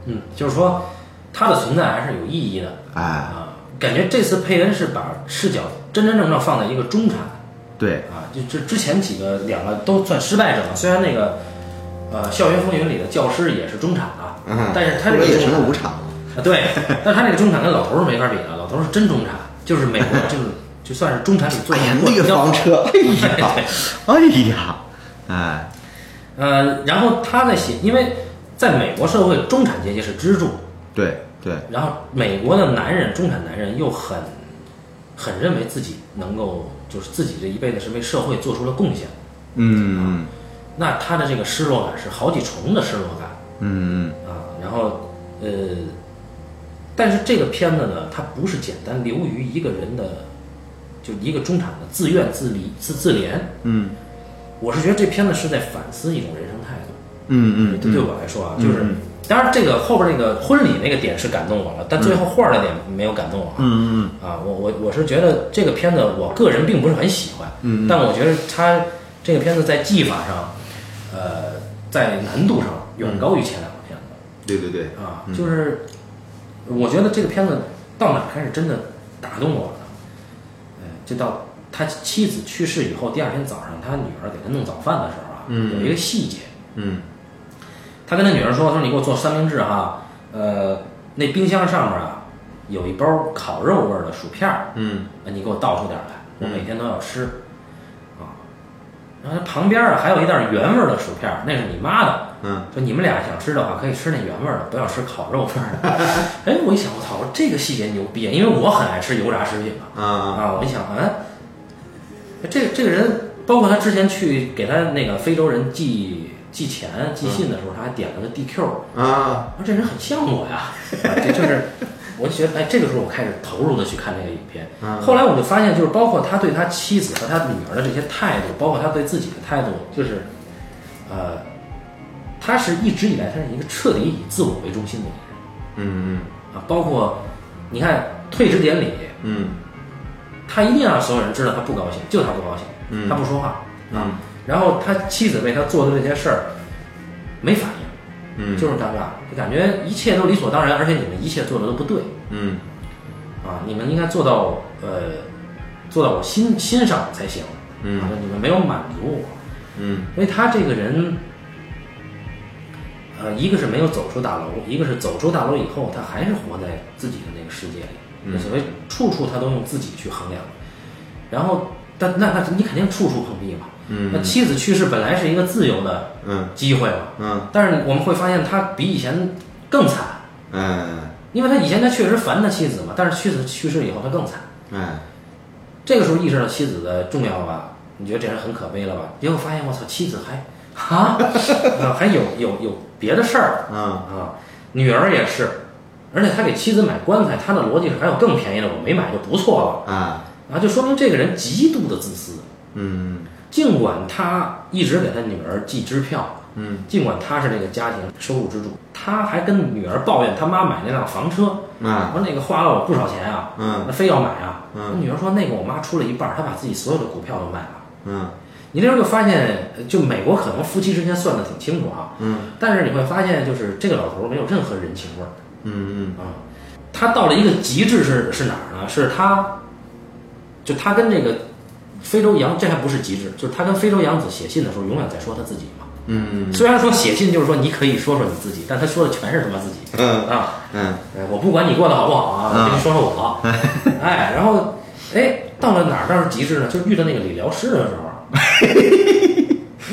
[SPEAKER 1] 嗯，就是说，它的存在还是有意义的
[SPEAKER 2] 哎，
[SPEAKER 1] 啊。感觉这次佩恩是把视角真真正正放在一个中产
[SPEAKER 2] 对，
[SPEAKER 1] 啊，就这之前几个两个都算失败者嘛。虽然那个，呃，《校园风云》里的教师也是中产啊，
[SPEAKER 2] 嗯，
[SPEAKER 1] 但是他
[SPEAKER 2] 后
[SPEAKER 1] 这
[SPEAKER 2] 来
[SPEAKER 1] 个
[SPEAKER 2] 也
[SPEAKER 1] 中
[SPEAKER 2] 成
[SPEAKER 1] 产
[SPEAKER 2] 了无产了，
[SPEAKER 1] 啊，对，但他这个中产跟老头儿是没法比的，老头儿是真中产，就是美国就是就算是中产里做
[SPEAKER 2] 哎
[SPEAKER 1] 的
[SPEAKER 2] 呀，
[SPEAKER 1] 过
[SPEAKER 2] 那
[SPEAKER 1] 得
[SPEAKER 2] 个
[SPEAKER 1] 比较
[SPEAKER 2] 房
[SPEAKER 1] 好
[SPEAKER 2] 车，哎 呀，哎呀，哎，
[SPEAKER 1] 呃，然后他在写，因为在美国社会，中产阶级是支柱，
[SPEAKER 2] 对对，
[SPEAKER 1] 然后美国的男人，中产男人又很很认为自己能够，就是自己这一辈子是为社会做出了贡献，
[SPEAKER 2] 嗯
[SPEAKER 1] 那他的这个失落感是好几重的失落感
[SPEAKER 2] 嗯嗯
[SPEAKER 1] 啊。然后呃，但是这个片子呢，它不是简单流于一个人的，就一个中产的自怨自离自自怜，
[SPEAKER 2] 嗯
[SPEAKER 1] 我是觉得这片子是在反思一种人生态度。
[SPEAKER 2] 嗯嗯
[SPEAKER 1] 对对
[SPEAKER 2] 嗯，
[SPEAKER 1] 我来说啊，
[SPEAKER 2] 嗯
[SPEAKER 1] 就是
[SPEAKER 2] 嗯
[SPEAKER 1] 当然这个后边那个婚礼那个点是感动我了，但最后画儿那点没有感动我啊。
[SPEAKER 2] 嗯嗯嗯
[SPEAKER 1] 啊，我我我是觉得这个片子我个人并不是很喜欢，
[SPEAKER 2] 嗯嗯
[SPEAKER 1] 但我觉得它这个片子在技法上，呃，在难度上
[SPEAKER 2] 嗯
[SPEAKER 1] 远高于前两个片子
[SPEAKER 2] 对对对，
[SPEAKER 1] 啊，就是我觉得这个片子到哪儿开始真的打动我了呢？呃，就到他妻子去世以后，第二天早上他女儿给他弄早饭的时候啊，
[SPEAKER 2] 嗯
[SPEAKER 1] 有一个细节，
[SPEAKER 2] 嗯
[SPEAKER 1] 他跟他女儿说：“他说你给我做三明治哈，呃，那冰箱上面啊有一包烤肉味儿的薯片儿，
[SPEAKER 2] 嗯
[SPEAKER 1] 呃你给我倒出点儿来，我每天都要吃。”啊，然后他旁边啊还有一袋原味儿的薯片儿，那是你妈的。
[SPEAKER 2] 嗯，
[SPEAKER 1] 说你们俩想吃的话，可以吃那原味儿的，不要吃烤肉味儿的。哎，我一想，我操，我这个细节牛逼啊，因为我很爱吃油炸食品嘛。
[SPEAKER 2] 啊
[SPEAKER 1] 啊，我一想，哎，这这个人，包括他之前去给他那个非洲人寄寄钱、寄信的时候，他还点了个 DQ，我
[SPEAKER 2] 아,啊，
[SPEAKER 1] 说这人很像我呀，
[SPEAKER 2] 嗯
[SPEAKER 1] 啊这就是，我就觉得，哎，这个时候我开始投入的去看这个影片。
[SPEAKER 2] 嗯
[SPEAKER 1] 后来我就发现，就是包括他对他妻子和他女儿的这些态度，包括他对自己的态度，就是，呃，他是一直以来他是一个彻底以自我为中心的一个人
[SPEAKER 2] 嗯
[SPEAKER 1] 啊，包括你看退职典礼。
[SPEAKER 2] 嗯嗯
[SPEAKER 1] 他一定要让所有人知道他不高兴，就他不高兴，
[SPEAKER 2] 嗯
[SPEAKER 1] 他不说话。啊
[SPEAKER 2] 嗯
[SPEAKER 1] 然后他妻子为他做的这些事儿没反应，
[SPEAKER 2] 嗯，
[SPEAKER 1] 就是尴尬，就感觉一切都理所当然，而且你们一切做的都不对
[SPEAKER 2] 嗯
[SPEAKER 1] 啊！你们应该做到呃，做到我欣欣赏才行。
[SPEAKER 2] 嗯
[SPEAKER 1] 啊，你们没有满足我，
[SPEAKER 2] 嗯
[SPEAKER 1] 因为他这个人，呃，一个是没有走出大楼，一个是走出大楼以后，他还是活在自己的那个世界里。
[SPEAKER 2] 嗯
[SPEAKER 1] 所谓处处他都用自己去衡量，然后但那那你肯定处处碰壁嘛。
[SPEAKER 2] 嗯
[SPEAKER 1] 那妻子去世本来是一个自由的
[SPEAKER 2] 嗯
[SPEAKER 1] 机会嘛，
[SPEAKER 2] 嗯
[SPEAKER 1] 但是我们会发现他比以前更惨，
[SPEAKER 2] 嗯
[SPEAKER 1] 因为他以前他确实烦他妻子嘛，但是妻子去世以后他更惨。
[SPEAKER 2] 嗯。
[SPEAKER 1] 这个时候意识到妻子的重要吧？你觉得这人很可悲了吧？结果发现我操，妻子还啊、呃还有有有别的事儿
[SPEAKER 2] 嗯
[SPEAKER 1] 啊，女儿也是，而且他给妻子买棺材，他的逻辑是还有更便宜的，我没买就不错了
[SPEAKER 2] 啊，
[SPEAKER 1] 啊，就说明这个人极度的自私。
[SPEAKER 2] 嗯
[SPEAKER 1] 尽管他一直给他女儿寄支票，
[SPEAKER 2] 嗯
[SPEAKER 1] 尽管他是这个家庭收入支柱，他还跟女儿抱怨他妈买那辆房车，
[SPEAKER 2] 啊
[SPEAKER 1] 说那个花了我不少钱啊，
[SPEAKER 2] 嗯
[SPEAKER 1] 那非要买啊。
[SPEAKER 2] 嗯
[SPEAKER 1] 我女儿说那个我妈出了一半儿，她把自己所有的股票都卖了。
[SPEAKER 2] 嗯
[SPEAKER 1] 你这时候就发现，呃就美国可能夫妻之间算的挺清楚啊，
[SPEAKER 2] 嗯
[SPEAKER 1] 但是你会发现，就是这个老头儿没有任何人情味儿
[SPEAKER 2] 嗯
[SPEAKER 1] 啊。他到了一个极致是是哪儿呢？是他，就他跟这个非洲杨，这还不是极致，就是他跟非洲杨子写信的时候，永远在说他自己嘛。
[SPEAKER 2] 嗯
[SPEAKER 1] 虽然说写信就是说你可以说说你自己，但他说的全是他妈自己
[SPEAKER 2] 嗯
[SPEAKER 1] 啊。
[SPEAKER 2] 嗯
[SPEAKER 1] 哎，我不管你过得好不好啊，我跟你说说我。哎，然后，哎，到了哪儿倒是极致呢？就遇到那个理疗师的时候，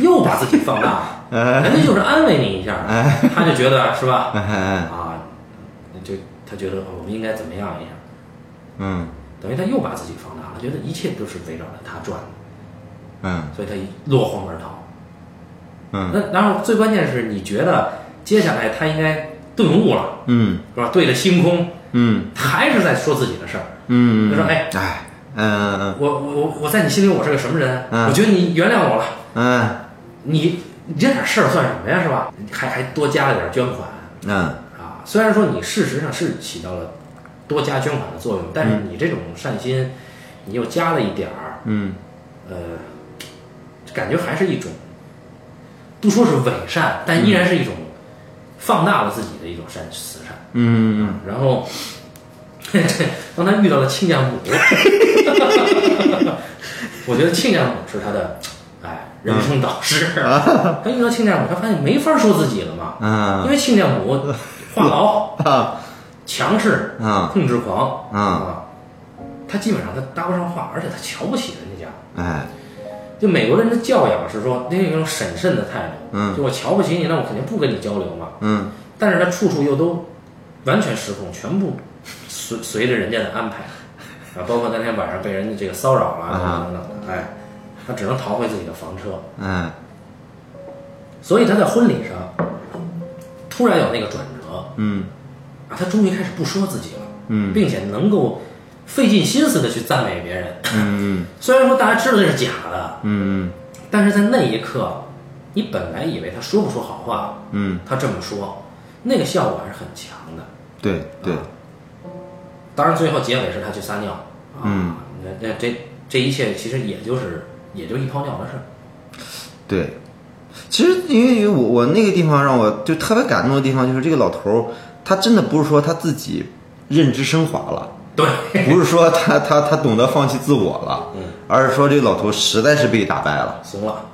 [SPEAKER 1] 又把自己放大了。人家就是安慰你一下，他就觉得是
[SPEAKER 2] 아,
[SPEAKER 1] 吧？
[SPEAKER 2] 嗯
[SPEAKER 1] 啊，就他觉得哦我们应该怎么样一下，
[SPEAKER 2] 嗯
[SPEAKER 1] 等于他又把自己放大了，觉得一切都是围绕着他转的，
[SPEAKER 2] 嗯
[SPEAKER 1] 所以他一落荒而逃。
[SPEAKER 2] 嗯
[SPEAKER 1] 那然后最关键是你觉得接下来他应该顿悟了，
[SPEAKER 2] 嗯
[SPEAKER 1] 是吧？对着星空，
[SPEAKER 2] 嗯
[SPEAKER 1] 他还是在说自己的事儿。
[SPEAKER 2] 嗯，
[SPEAKER 1] 他说：“哎，
[SPEAKER 2] 哎，嗯
[SPEAKER 1] 我我我我在你心里我是个什么人？
[SPEAKER 2] 嗯
[SPEAKER 1] 我觉得你原谅我了，
[SPEAKER 2] 아,嗯
[SPEAKER 1] 你你这点事儿算什么呀，是吧？还还多加了点捐款
[SPEAKER 2] 嗯
[SPEAKER 1] 啊，虽然说你事实上是起到了多加捐款的作用，但是你这种善心，你又加了一点儿，
[SPEAKER 2] 嗯
[SPEAKER 1] 呃，感觉还是一种，不说是伪善，但依然是一种放大了自己的一种善慈善。
[SPEAKER 2] 음,嗯
[SPEAKER 1] 然后， 这当他遇到了亲家母，我觉得亲家母是他的，哎，人生导师。他遇到亲家母，他发现没法说自己了嘛，因
[SPEAKER 2] 嗯
[SPEAKER 1] 为亲家母话痨、
[SPEAKER 2] 啊
[SPEAKER 1] 强势、
[SPEAKER 2] 啊
[SPEAKER 1] 控制狂
[SPEAKER 2] 嗯
[SPEAKER 1] 啊，他基本上他搭不上话，而且他瞧不起人家。
[SPEAKER 2] 哎
[SPEAKER 1] 就美国人的教养是说，那种审慎的态度，
[SPEAKER 2] 嗯
[SPEAKER 1] 就我瞧不起你，那我肯定不跟你交流嘛。
[SPEAKER 2] 嗯
[SPEAKER 1] 但是他处处又都完全失控，全部随随着人家的安排啊，包括那天晚上被人家这个骚扰了
[SPEAKER 2] 啊
[SPEAKER 1] 等等等，哎，他只能逃回自己的房车，
[SPEAKER 2] 嗯
[SPEAKER 1] 所以他在婚礼上突然有那个转折
[SPEAKER 2] 嗯
[SPEAKER 1] 啊，他终于开始不说自己了，
[SPEAKER 2] 嗯
[SPEAKER 1] 并且能够费尽心思的去赞美别人，
[SPEAKER 2] 嗯
[SPEAKER 1] 虽然说大家知道这是假的，
[SPEAKER 2] 嗯
[SPEAKER 1] 但是在那一刻，你本来以为他说不出好话，
[SPEAKER 2] 嗯，
[SPEAKER 1] 他这么说，那个效果还是很强的。
[SPEAKER 2] 对对，
[SPEAKER 1] 当然，最后结尾是他去撒尿。啊、
[SPEAKER 2] 嗯，
[SPEAKER 1] 那那这这一切其实也就是也就一泡尿的事儿。
[SPEAKER 2] 对，其实因为我我那个地方让我就特别感动的地方，就是这个老头儿，他真的不是说他自己认知升华了，
[SPEAKER 1] 对，
[SPEAKER 2] 不是说他他他懂得放弃自我了，
[SPEAKER 1] 嗯
[SPEAKER 2] 而是说这老头实在是被打败了。
[SPEAKER 1] 怂了，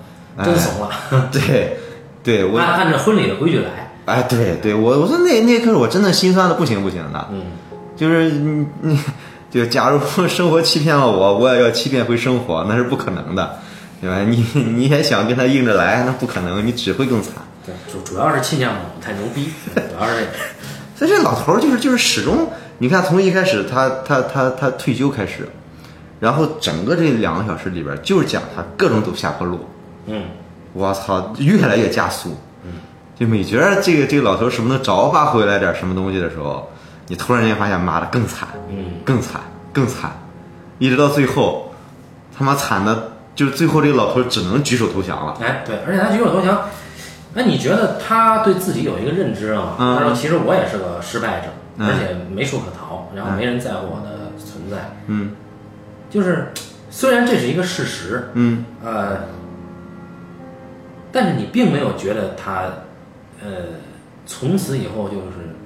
[SPEAKER 1] 真怂了。
[SPEAKER 2] 对，对哎我，
[SPEAKER 1] 按按照婚礼的规矩来。
[SPEAKER 2] 哎，对对，我我说那那一刻我真的心酸的不行不行的，
[SPEAKER 1] 嗯，
[SPEAKER 2] 就是你你，就假如说生活欺骗了我，我也要欺骗回生活，那是不可能的，对吧？你你也想跟他硬着来，那不可能，你只会更惨。
[SPEAKER 1] 对，主主要是亲家母太牛逼，主要是这个。
[SPEAKER 2] 所以这老头儿就是就是始终，你看从一开始他他他他退休开始，然后整个这两个小时里边儿就是讲他各种走下坡路，
[SPEAKER 1] 嗯，
[SPEAKER 2] 我操，越来越加速。就每觉得这个这个老头儿什么能着吧回来点什么东西的时候，你突然间发现，妈的更惨，
[SPEAKER 1] 嗯
[SPEAKER 2] 更惨，更惨，一直到最后，他妈惨的，就是最后这个老头儿只能举手投降了。
[SPEAKER 1] 哎，对，而且他举手投降。那你觉得他对自己有一个认知啊？
[SPEAKER 2] 嗯
[SPEAKER 1] 他说：“其实我也是个失败者，
[SPEAKER 2] 嗯
[SPEAKER 1] 而且没处可逃，然后没人在乎我的存在。
[SPEAKER 2] 嗯
[SPEAKER 1] 就是虽然这是一个事实，
[SPEAKER 2] 嗯
[SPEAKER 1] 呃，但是你并没有觉得他，呃，从此以后就是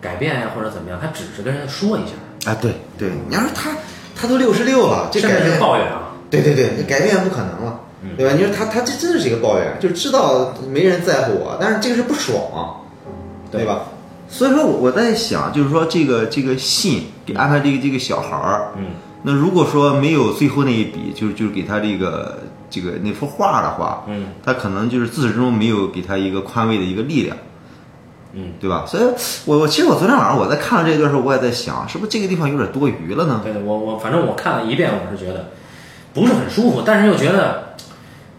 [SPEAKER 1] 改变呀或者怎么样，他只是跟人家说一下，
[SPEAKER 2] 啊，对对，你要说他他都六十六了，这
[SPEAKER 1] 甚
[SPEAKER 2] 改
[SPEAKER 1] 至是
[SPEAKER 2] 变，
[SPEAKER 1] 抱怨啊。
[SPEAKER 2] 对对对，这改变不可能了，
[SPEAKER 1] 嗯
[SPEAKER 2] 对吧？你说他他这真的是一个抱怨，就知道没人在乎我，但是这个是不爽。啊对？吧？所以说我我在想，就是说这个这个信给安排这个这个小孩儿，
[SPEAKER 1] 嗯
[SPEAKER 2] 那如果说没有最后那一笔，就是就是给他这个这个那幅画的话，
[SPEAKER 1] 嗯
[SPEAKER 2] 他可能就是自始至终没有给他一个宽慰的一个力量，
[SPEAKER 1] 嗯，
[SPEAKER 2] 对吧？所以我我其实我昨天晚上我在看了这段时候，我也在想，是不是这个地方有点多余了呢？
[SPEAKER 1] 啊对对，我我反正我看了一遍，我是觉得不是很舒服，但是又觉得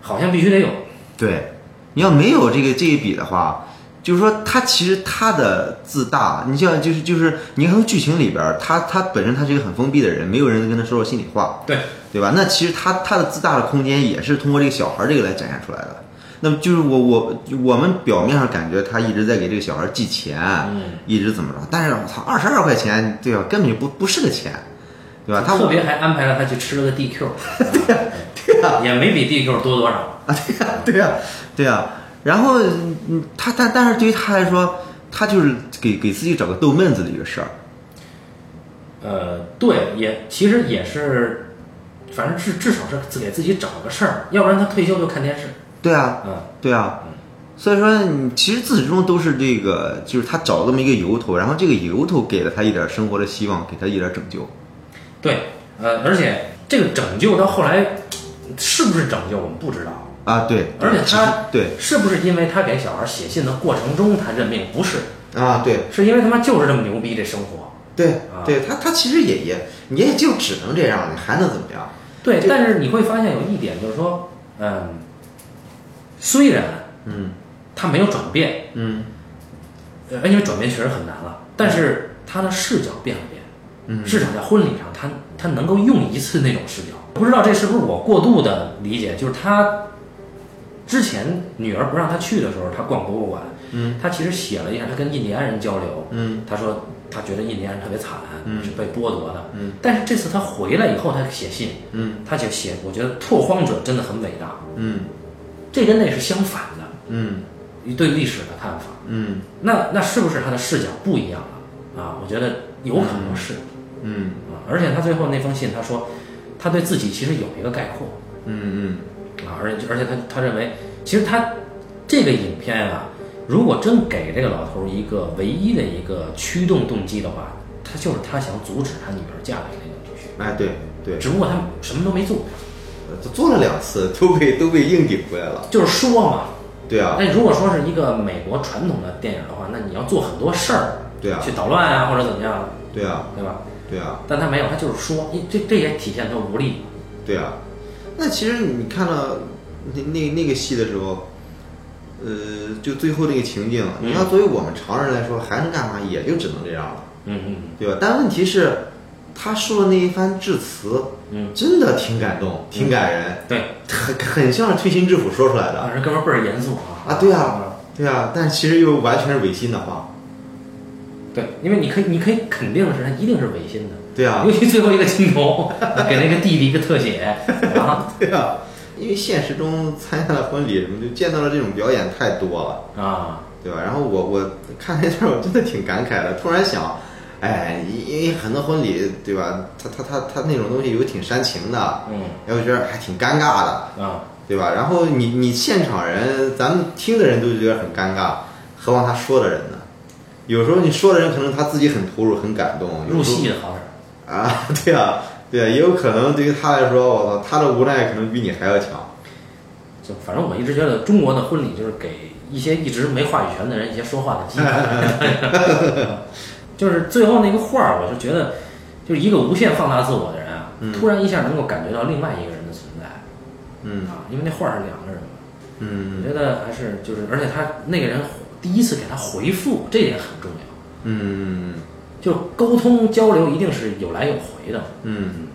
[SPEAKER 1] 好像必须得有。
[SPEAKER 2] 对，你要没有这个这一笔的话，就是说他其实他的自大，你像就是就是你看从剧情里边儿，他他本身他是一个很封闭的人，没有人跟他说说心里话，
[SPEAKER 1] 对，
[SPEAKER 2] 对吧？那其实他他的自大的空间也是通过这个小孩儿这个来展现出来的。那么就是我我我们表面上感觉他一直在给这个小孩儿寄钱，
[SPEAKER 1] 嗯，
[SPEAKER 2] 一直怎么着，但是我操，二十二块钱，对吧？根本就不不是个钱，对吧？他
[SPEAKER 1] 特别还安排了他去吃了个 DQ，对对啊也没比 DQ 多多少。
[SPEAKER 2] 对呀、对呀、然后，嗯，他但但是对于他来说，他就是给给自己找个逗闷子的一个事儿。
[SPEAKER 1] 呃，对，也其实也是，反正至至少是自给自己找个事儿，要不然他退休就看电视。
[SPEAKER 2] 对啊，
[SPEAKER 1] 嗯
[SPEAKER 2] 对啊。
[SPEAKER 1] 嗯
[SPEAKER 2] 所以说，你其实自始至终都是这个，就是他找这么一个由头，然后这个由头给了他一点生活的希望，给他一点拯救。
[SPEAKER 1] 对，呃，而且这个拯救到后来是不是拯救，我们不知道。
[SPEAKER 2] 啊，对，
[SPEAKER 1] 而且
[SPEAKER 2] 其实
[SPEAKER 1] 他
[SPEAKER 2] 对
[SPEAKER 1] 是不是因为他给小孩写信的过程中他认命？不是，
[SPEAKER 2] 啊，对
[SPEAKER 1] 是因为他妈就是这么牛逼这生活。
[SPEAKER 2] 对
[SPEAKER 1] 啊
[SPEAKER 2] 对，他他其实也也也就只能这样了，还能怎么样？
[SPEAKER 1] 对，
[SPEAKER 2] 这
[SPEAKER 1] 但是你会发现有一点就是说，嗯，虽然
[SPEAKER 2] 嗯
[SPEAKER 1] 他没有转变，
[SPEAKER 2] 嗯
[SPEAKER 1] 呃，因为转变确实很难了，但是他的视角变了变。
[SPEAKER 2] 嗯
[SPEAKER 1] 至少在婚礼上，他他能够用一次那种视角。不知道这是不是我过度的理解，就是他之前女儿不让他去的时候，他逛博物馆，
[SPEAKER 2] 嗯，
[SPEAKER 1] 他其实写了一下他跟印第安人交流，
[SPEAKER 2] 嗯
[SPEAKER 1] 他说他觉得印第安人特别惨，
[SPEAKER 2] 嗯
[SPEAKER 1] 是被剥夺的，
[SPEAKER 2] 嗯，
[SPEAKER 1] 但是这次他回来以后，他写信，
[SPEAKER 2] 嗯
[SPEAKER 1] 他就写，我觉得拓荒者真的很伟大，
[SPEAKER 2] 嗯
[SPEAKER 1] 这跟那是相反的，
[SPEAKER 2] 嗯
[SPEAKER 1] 对历史的看法，
[SPEAKER 2] 嗯
[SPEAKER 1] 那那是不是他的视角不一样了啊？我觉得有可能是，
[SPEAKER 2] 嗯
[SPEAKER 1] 啊，而且他最后那封信，他说他对自己其实有一个概括
[SPEAKER 2] 嗯嗯
[SPEAKER 1] 啊，而且而且他他认为，其实他这个影片啊，如果真给这个老头儿一个唯一的一个驱动动机的话，他就是他想阻止他女儿嫁给那个女婿，
[SPEAKER 2] 哎，对对，
[SPEAKER 1] 只不过他什么都没做，
[SPEAKER 2] 呃做了两次都被都被硬顶回来了。
[SPEAKER 1] 就是说嘛。
[SPEAKER 2] 对啊，
[SPEAKER 1] 那如果说是一个美国传统的电影的话，那你要做很多事儿，
[SPEAKER 2] 对啊
[SPEAKER 1] 去捣乱啊或者怎么样，
[SPEAKER 2] 对啊，
[SPEAKER 1] 对吧？
[SPEAKER 2] 对啊，
[SPEAKER 1] 但他没有，他就是说，因这这也体现他无力。
[SPEAKER 2] 对啊。那其实你看到那那那个戏的时候，呃，就最后那个情境，你要作为我们常人来说，还能干嘛？也就只能这样了，
[SPEAKER 1] 嗯嗯
[SPEAKER 2] 对吧？但问题是，他说的那一番致辞，
[SPEAKER 1] 嗯，
[SPEAKER 2] 真的挺感动，挺感人，
[SPEAKER 1] 对，
[SPEAKER 2] 很很像是推心置腹说出来的。
[SPEAKER 1] 啊，这哥们儿倍儿严肃啊！
[SPEAKER 2] 啊，对啊，对啊，但其实又完全是违心的话，
[SPEAKER 1] 对，因为你可以，你可以肯定的是，他一定是违心的，
[SPEAKER 2] 对啊
[SPEAKER 1] 尤，其最后一个镜头 给那个弟弟一个特写啊
[SPEAKER 2] 对啊，因为现实中参加了婚礼什么，就见到了这种表演太多了，
[SPEAKER 1] 啊，
[SPEAKER 2] 对吧？然后我我看那段儿我真的挺感慨的，突然想，哎，因因为很多婚礼，对吧？他他他他那种东西有挺煽情的，
[SPEAKER 1] 嗯
[SPEAKER 2] 然后觉得还挺尴尬的，
[SPEAKER 1] 啊，
[SPEAKER 2] 对吧？然后你你现场人，咱们听的人都觉得很尴尬，何况他说的人呢？有时候你说的人可能他自己很投入、很感动，有
[SPEAKER 1] 入
[SPEAKER 2] 时候
[SPEAKER 1] 戏的好使，
[SPEAKER 2] 啊，对啊，对啊，也有可能对于他来说，我操，他的无奈可能比你还要强。
[SPEAKER 1] 就反正我一直觉得中国的婚礼就是给一些一直没话语权的人一些说话的机 会，就是最后那个画儿，我就觉得，就是一个无限放大自我的人啊，突然一下能够感觉到另外一个人的存在
[SPEAKER 2] 嗯
[SPEAKER 1] 啊，因为那画儿是两个人嘛。我
[SPEAKER 2] 嗯
[SPEAKER 1] 觉得还是就是，而且他那个人第一次给他回复，这点很重要。
[SPEAKER 2] 嗯
[SPEAKER 1] 就沟通交流一定是有来有回的，
[SPEAKER 2] 嗯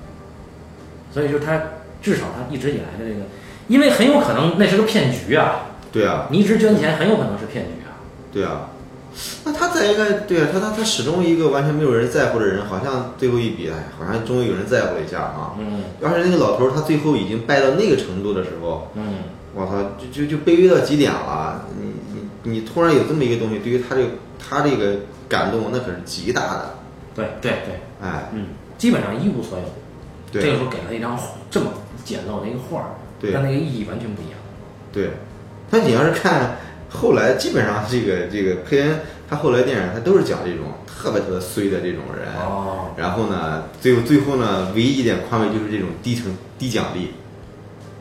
[SPEAKER 1] 所以就是他至少他一直以来的这个，因为很有可能那是个骗局啊！
[SPEAKER 2] 对啊，
[SPEAKER 1] 你一直捐钱，很有可能是骗局啊！
[SPEAKER 2] 对啊。那他在一个对啊，他他他始终一个完全没有人在乎的人，好像最后一笔，哎，好像终于有人在乎了一下啊。
[SPEAKER 1] 嗯
[SPEAKER 2] 而且那个老头儿他最后已经败到那个程度的时候，
[SPEAKER 1] 嗯，
[SPEAKER 2] 我操，就就就卑微到极点了。你你你突然有这么一个东西，对于他这个他这个感动，那可是极大的。
[SPEAKER 1] 对对对，
[SPEAKER 2] 哎，
[SPEAKER 1] 嗯，基本上一无所有。
[SPEAKER 2] 对
[SPEAKER 1] 这个时候给了一张这么简陋的一个画儿，
[SPEAKER 2] 对
[SPEAKER 1] 但那个意义完全不一样。
[SPEAKER 2] 对，但你要是看后来，基本上这个这个佩恩他后来电影他都是讲这种特别特别衰的这种人，
[SPEAKER 1] 哦，
[SPEAKER 2] 然后呢，最后最后呢，唯一一点宽慰就是这种低成低奖励。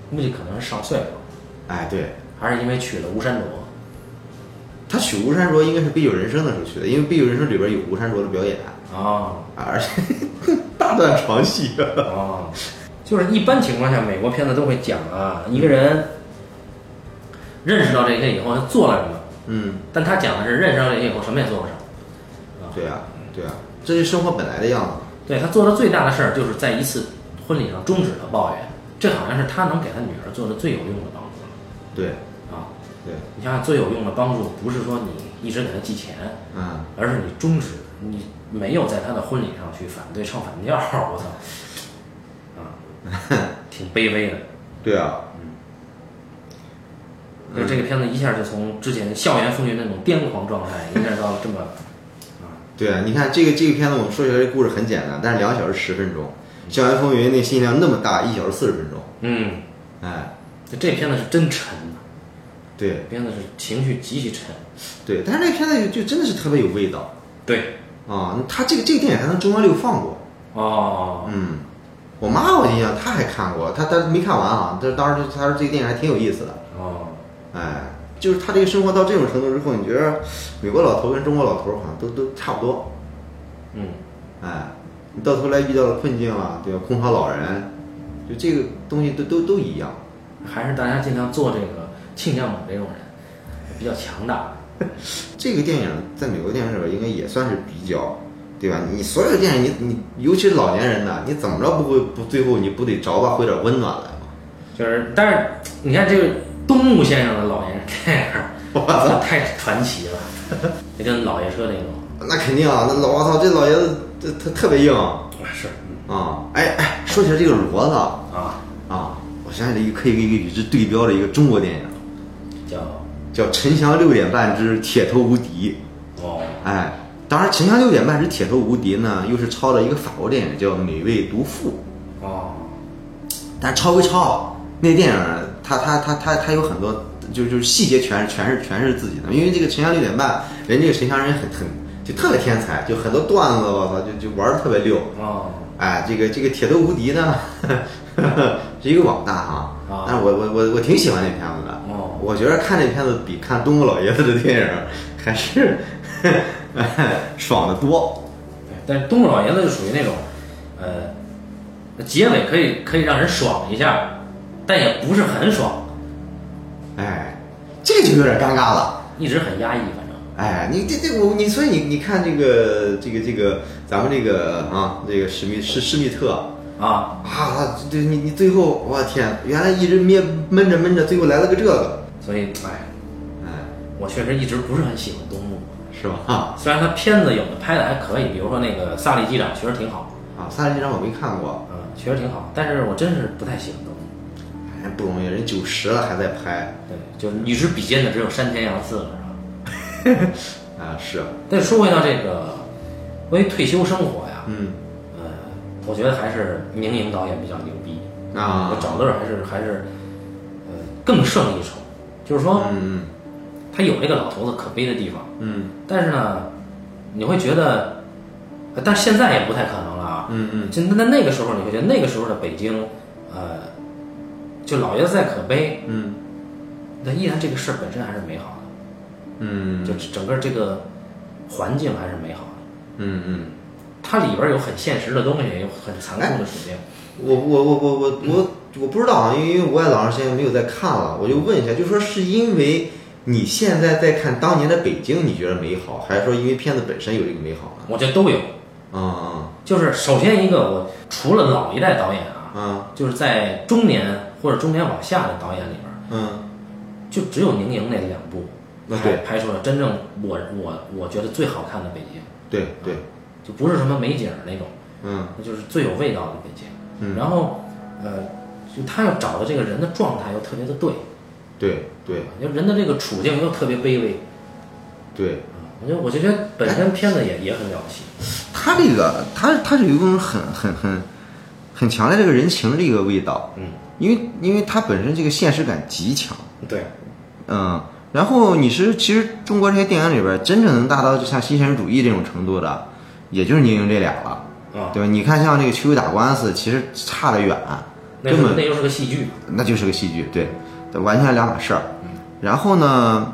[SPEAKER 1] 估计可能是上岁数，
[SPEAKER 2] 哎，对
[SPEAKER 1] 还是因为娶了吴山卓。
[SPEAKER 2] 他娶吴山卓应该是《杯酒人生》的时候去的，因为《杯酒人生》里边有吴山卓的表演，
[SPEAKER 1] 哦
[SPEAKER 2] 啊而且大段床戏、啊
[SPEAKER 1] 哦，就是一般情况下，美国片子都会讲啊，一个人认识到这些以后，他做了什么？
[SPEAKER 2] 嗯，
[SPEAKER 1] 但他讲的是认识到这些以后，什么也做不成。
[SPEAKER 2] 对啊，对啊，这是生活本来的样子嘛。
[SPEAKER 1] 对他做的最大的事儿，就是在一次婚礼上终止了抱怨。这好像是他能给他女儿做的最有用的帮助了
[SPEAKER 2] 对
[SPEAKER 1] 啊！
[SPEAKER 2] 对，
[SPEAKER 1] 你想想，最有用的帮助不是说你一直给他寄钱，
[SPEAKER 2] 嗯，
[SPEAKER 1] 而是你终止，你没有在他的婚礼上去反对唱反调。我操，啊，挺卑微的。
[SPEAKER 2] 对啊，
[SPEAKER 1] 就是这个片子一下就从之前校园风云那种癫狂状态，一下到了这么，
[SPEAKER 2] 对啊，你看这个这个片子，我们说起来这故事很简单，但是两小时十分钟，《校园风云》那信息量那么大，一小时四十分钟，
[SPEAKER 1] 嗯，
[SPEAKER 2] 哎，
[SPEAKER 1] 这片子是真沉啊
[SPEAKER 2] 对
[SPEAKER 1] 片子是情绪极其沉。
[SPEAKER 2] 对，但是那片子就真的是特别有味道
[SPEAKER 1] 对，
[SPEAKER 2] 啊！他这个这个电影还能中央六放过，
[SPEAKER 1] 哦，
[SPEAKER 2] 嗯，我妈我印象她还看过，她她没看完啊，但是当时她说这个电影还挺有意思的，
[SPEAKER 1] 哦，
[SPEAKER 2] 哎，就是他这个生活到这种程度之后，你觉得美国老头跟中国老头好像都都差不多，
[SPEAKER 1] 嗯，
[SPEAKER 2] 哎，你到头来遇到了困境了，对吧？空巢老人，就这个东西都都都一样，
[SPEAKER 1] 还是大家尽量做这个亲家母这种人，比较强大。
[SPEAKER 2] 这个电影在美国电影里边应该也算是比较，对吧？你所有的电影，你你尤其是老年人的，你怎么着不会不最后你不得着吧，回点温暖来吗？
[SPEAKER 1] 就是，但是你看这个东木先生的老年人电影，哇，太传奇了，也跟老爷车那种，
[SPEAKER 2] 那肯定啊，那老我操，这老爷子这他特别硬啊！
[SPEAKER 1] 是
[SPEAKER 2] 哎哎，说起来这个骡子啊
[SPEAKER 1] 嗯啊，
[SPEAKER 2] 啊，我想起来一个可以给与之对标的一个中国电影，
[SPEAKER 1] 叫
[SPEAKER 2] 叫《陈翔六点半之铁头无敌》。
[SPEAKER 1] 哦，
[SPEAKER 2] 哎，当然，《陈翔六点半之铁头无敌》呢，又是抄了一个法国电影叫《美味毒妇》。
[SPEAKER 1] 哦，
[SPEAKER 2] 但抄归抄，那电影儿它它它它它有很多，就就是细节全是全是全是自己的，因为这个陈翔六点半，人这个陈翔人很很就特别天才，就很多段子，我操，就就玩的特别溜。
[SPEAKER 1] 哦，
[SPEAKER 2] 哎，这个这个铁头无敌呢， 是一个网大哈、
[SPEAKER 1] 啊
[SPEAKER 2] 但是我我我我挺喜欢那片子的，
[SPEAKER 1] 哦
[SPEAKER 2] 我觉得看这片子比看东木老爷子的电影儿还是 爽得多。
[SPEAKER 1] 对，但是东木老爷子就属于那种，呃，结尾可以可以让人爽一下，但也不是很爽，
[SPEAKER 2] 哎，这就有点尴尬了。
[SPEAKER 1] 一直很压抑，反正
[SPEAKER 2] 哎，你这这我你所以你你看这个这个这个咱们这个啊这个史密施施密特
[SPEAKER 1] 啊，
[SPEAKER 2] 啊，这你你最后我天，原来一直憋闷着闷着，最后来了个这个，
[SPEAKER 1] 所以哎，
[SPEAKER 2] 哎，
[SPEAKER 1] 我确实一直不是很喜欢东木，
[SPEAKER 2] 是吧？
[SPEAKER 1] 虽然他片子有的拍的还可以，比如说那个《萨利机长》确实挺好，
[SPEAKER 2] 啊，三十几张我没看过，
[SPEAKER 1] 嗯，确实挺好，但是我真是不太喜欢东木。
[SPEAKER 2] 哎，不容易，人九十了还在拍，
[SPEAKER 1] 对，就是与之比肩的只有山田洋次了，是吧？
[SPEAKER 2] 啊是，
[SPEAKER 1] 但是说回到这个关于退休生活呀，
[SPEAKER 2] 嗯
[SPEAKER 1] 呃，我觉得还是明影导演比较牛逼，
[SPEAKER 2] 啊
[SPEAKER 1] 我，找乐儿还是还是呃更胜一筹。就是说，
[SPEAKER 2] 嗯
[SPEAKER 1] 他有这个老头子可悲的地方，
[SPEAKER 2] 嗯
[SPEAKER 1] 但是呢，你会觉得，呃但是现在也不太可能了啊。
[SPEAKER 2] 嗯嗯
[SPEAKER 1] 就那那那个时候，你会觉得那个时候的北京，呃，就老爷子再可悲，
[SPEAKER 2] 嗯
[SPEAKER 1] 但依然这个事儿本身还是美好的。
[SPEAKER 2] 嗯
[SPEAKER 1] 就整个这个环境还是美好的。
[SPEAKER 2] 嗯嗯，
[SPEAKER 1] 它里边有很现实的东西，也有很残酷
[SPEAKER 2] 哎
[SPEAKER 1] 的处境。
[SPEAKER 2] 我我我我我我我不知道啊，因为我也老长时间没有在看了，我就问一下，就说是因为你现在在看当年的北京，你觉得美好，还是说因为片子本身有这个美好呢？
[SPEAKER 1] 我觉得都有。
[SPEAKER 2] 啊
[SPEAKER 1] 就是首先一个，我除了老一代导演啊，
[SPEAKER 2] 啊
[SPEAKER 1] 就是在中年或者中年往下的导演里边，
[SPEAKER 2] 嗯嗯
[SPEAKER 1] 就只有宁莹那两部
[SPEAKER 2] 那
[SPEAKER 1] 拍
[SPEAKER 2] 啊对
[SPEAKER 1] 拍出了真正我我我觉得最好看的北京，
[SPEAKER 2] 对对，
[SPEAKER 1] 就不是什么美景儿那种，
[SPEAKER 2] 嗯
[SPEAKER 1] 那就是最有味道的北京。
[SPEAKER 2] 嗯
[SPEAKER 1] 然后，呃，就他要找的这个人的状态又特别的对，
[SPEAKER 2] 对对
[SPEAKER 1] 就人的这个处境又特别卑微，
[SPEAKER 2] 对，
[SPEAKER 1] 我就我就觉得本身片子也也很了不起，
[SPEAKER 2] 他这个他他是有一种很很很很强的这个人情这个味道，
[SPEAKER 1] 嗯，
[SPEAKER 2] 因为因为他本身这个现实感极强，
[SPEAKER 1] 对，
[SPEAKER 2] 嗯，然后你是其实中国这些电影里边儿真正能达到就像新现实主义这种程度的，也就是宁宁这俩了，
[SPEAKER 1] 啊，
[SPEAKER 2] 对吧？你看像那个《秋秋打官司》，其实差得远，
[SPEAKER 1] 那
[SPEAKER 2] 根
[SPEAKER 1] 是
[SPEAKER 2] 本
[SPEAKER 1] 那又是个戏剧嘛，
[SPEAKER 2] 那就是个戏剧，对，完全两码事儿。
[SPEAKER 1] 嗯
[SPEAKER 2] 然后呢，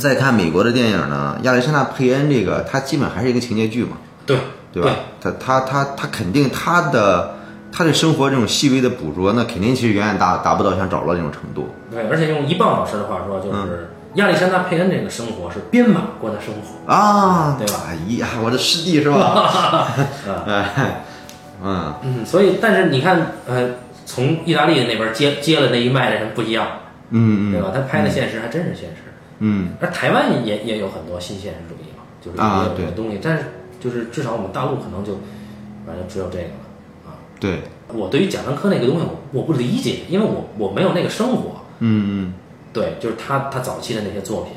[SPEAKER 2] 再看美国的电影呢，亚历山大·佩恩这个，他基本还是一个情节剧嘛，
[SPEAKER 1] 对
[SPEAKER 2] 对吧？他他他他肯定他的他对生活这种细微的捕捉，那肯定其实远远达达不到像找乐这种程度。
[SPEAKER 1] 对对而且用一棒老师的话说，
[SPEAKER 2] 嗯
[SPEAKER 1] 就是亚历山大·佩恩这个生活是编码过的生活，
[SPEAKER 2] 啊，
[SPEAKER 1] 对吧
[SPEAKER 2] 哎呀，我的师弟是吧？ 哎，嗯，
[SPEAKER 1] 嗯，所以但是你看，呃，从意大利那边接接了那一脉的人不一样，
[SPEAKER 2] 嗯
[SPEAKER 1] 对吧？他拍的现实还真是现实，
[SPEAKER 2] 嗯
[SPEAKER 1] 而台湾也也有很多新现实主义嘛，就是
[SPEAKER 2] 啊
[SPEAKER 1] 也有很
[SPEAKER 2] 对
[SPEAKER 1] 多东西，但是就是至少我们大陆可能就反正只有这个了啊。
[SPEAKER 2] 对，
[SPEAKER 1] 我对于贾樟柯那个东西我我不理解，因为我我没有那个生活，
[SPEAKER 2] 嗯
[SPEAKER 1] 对，就是他他早期的那些作品。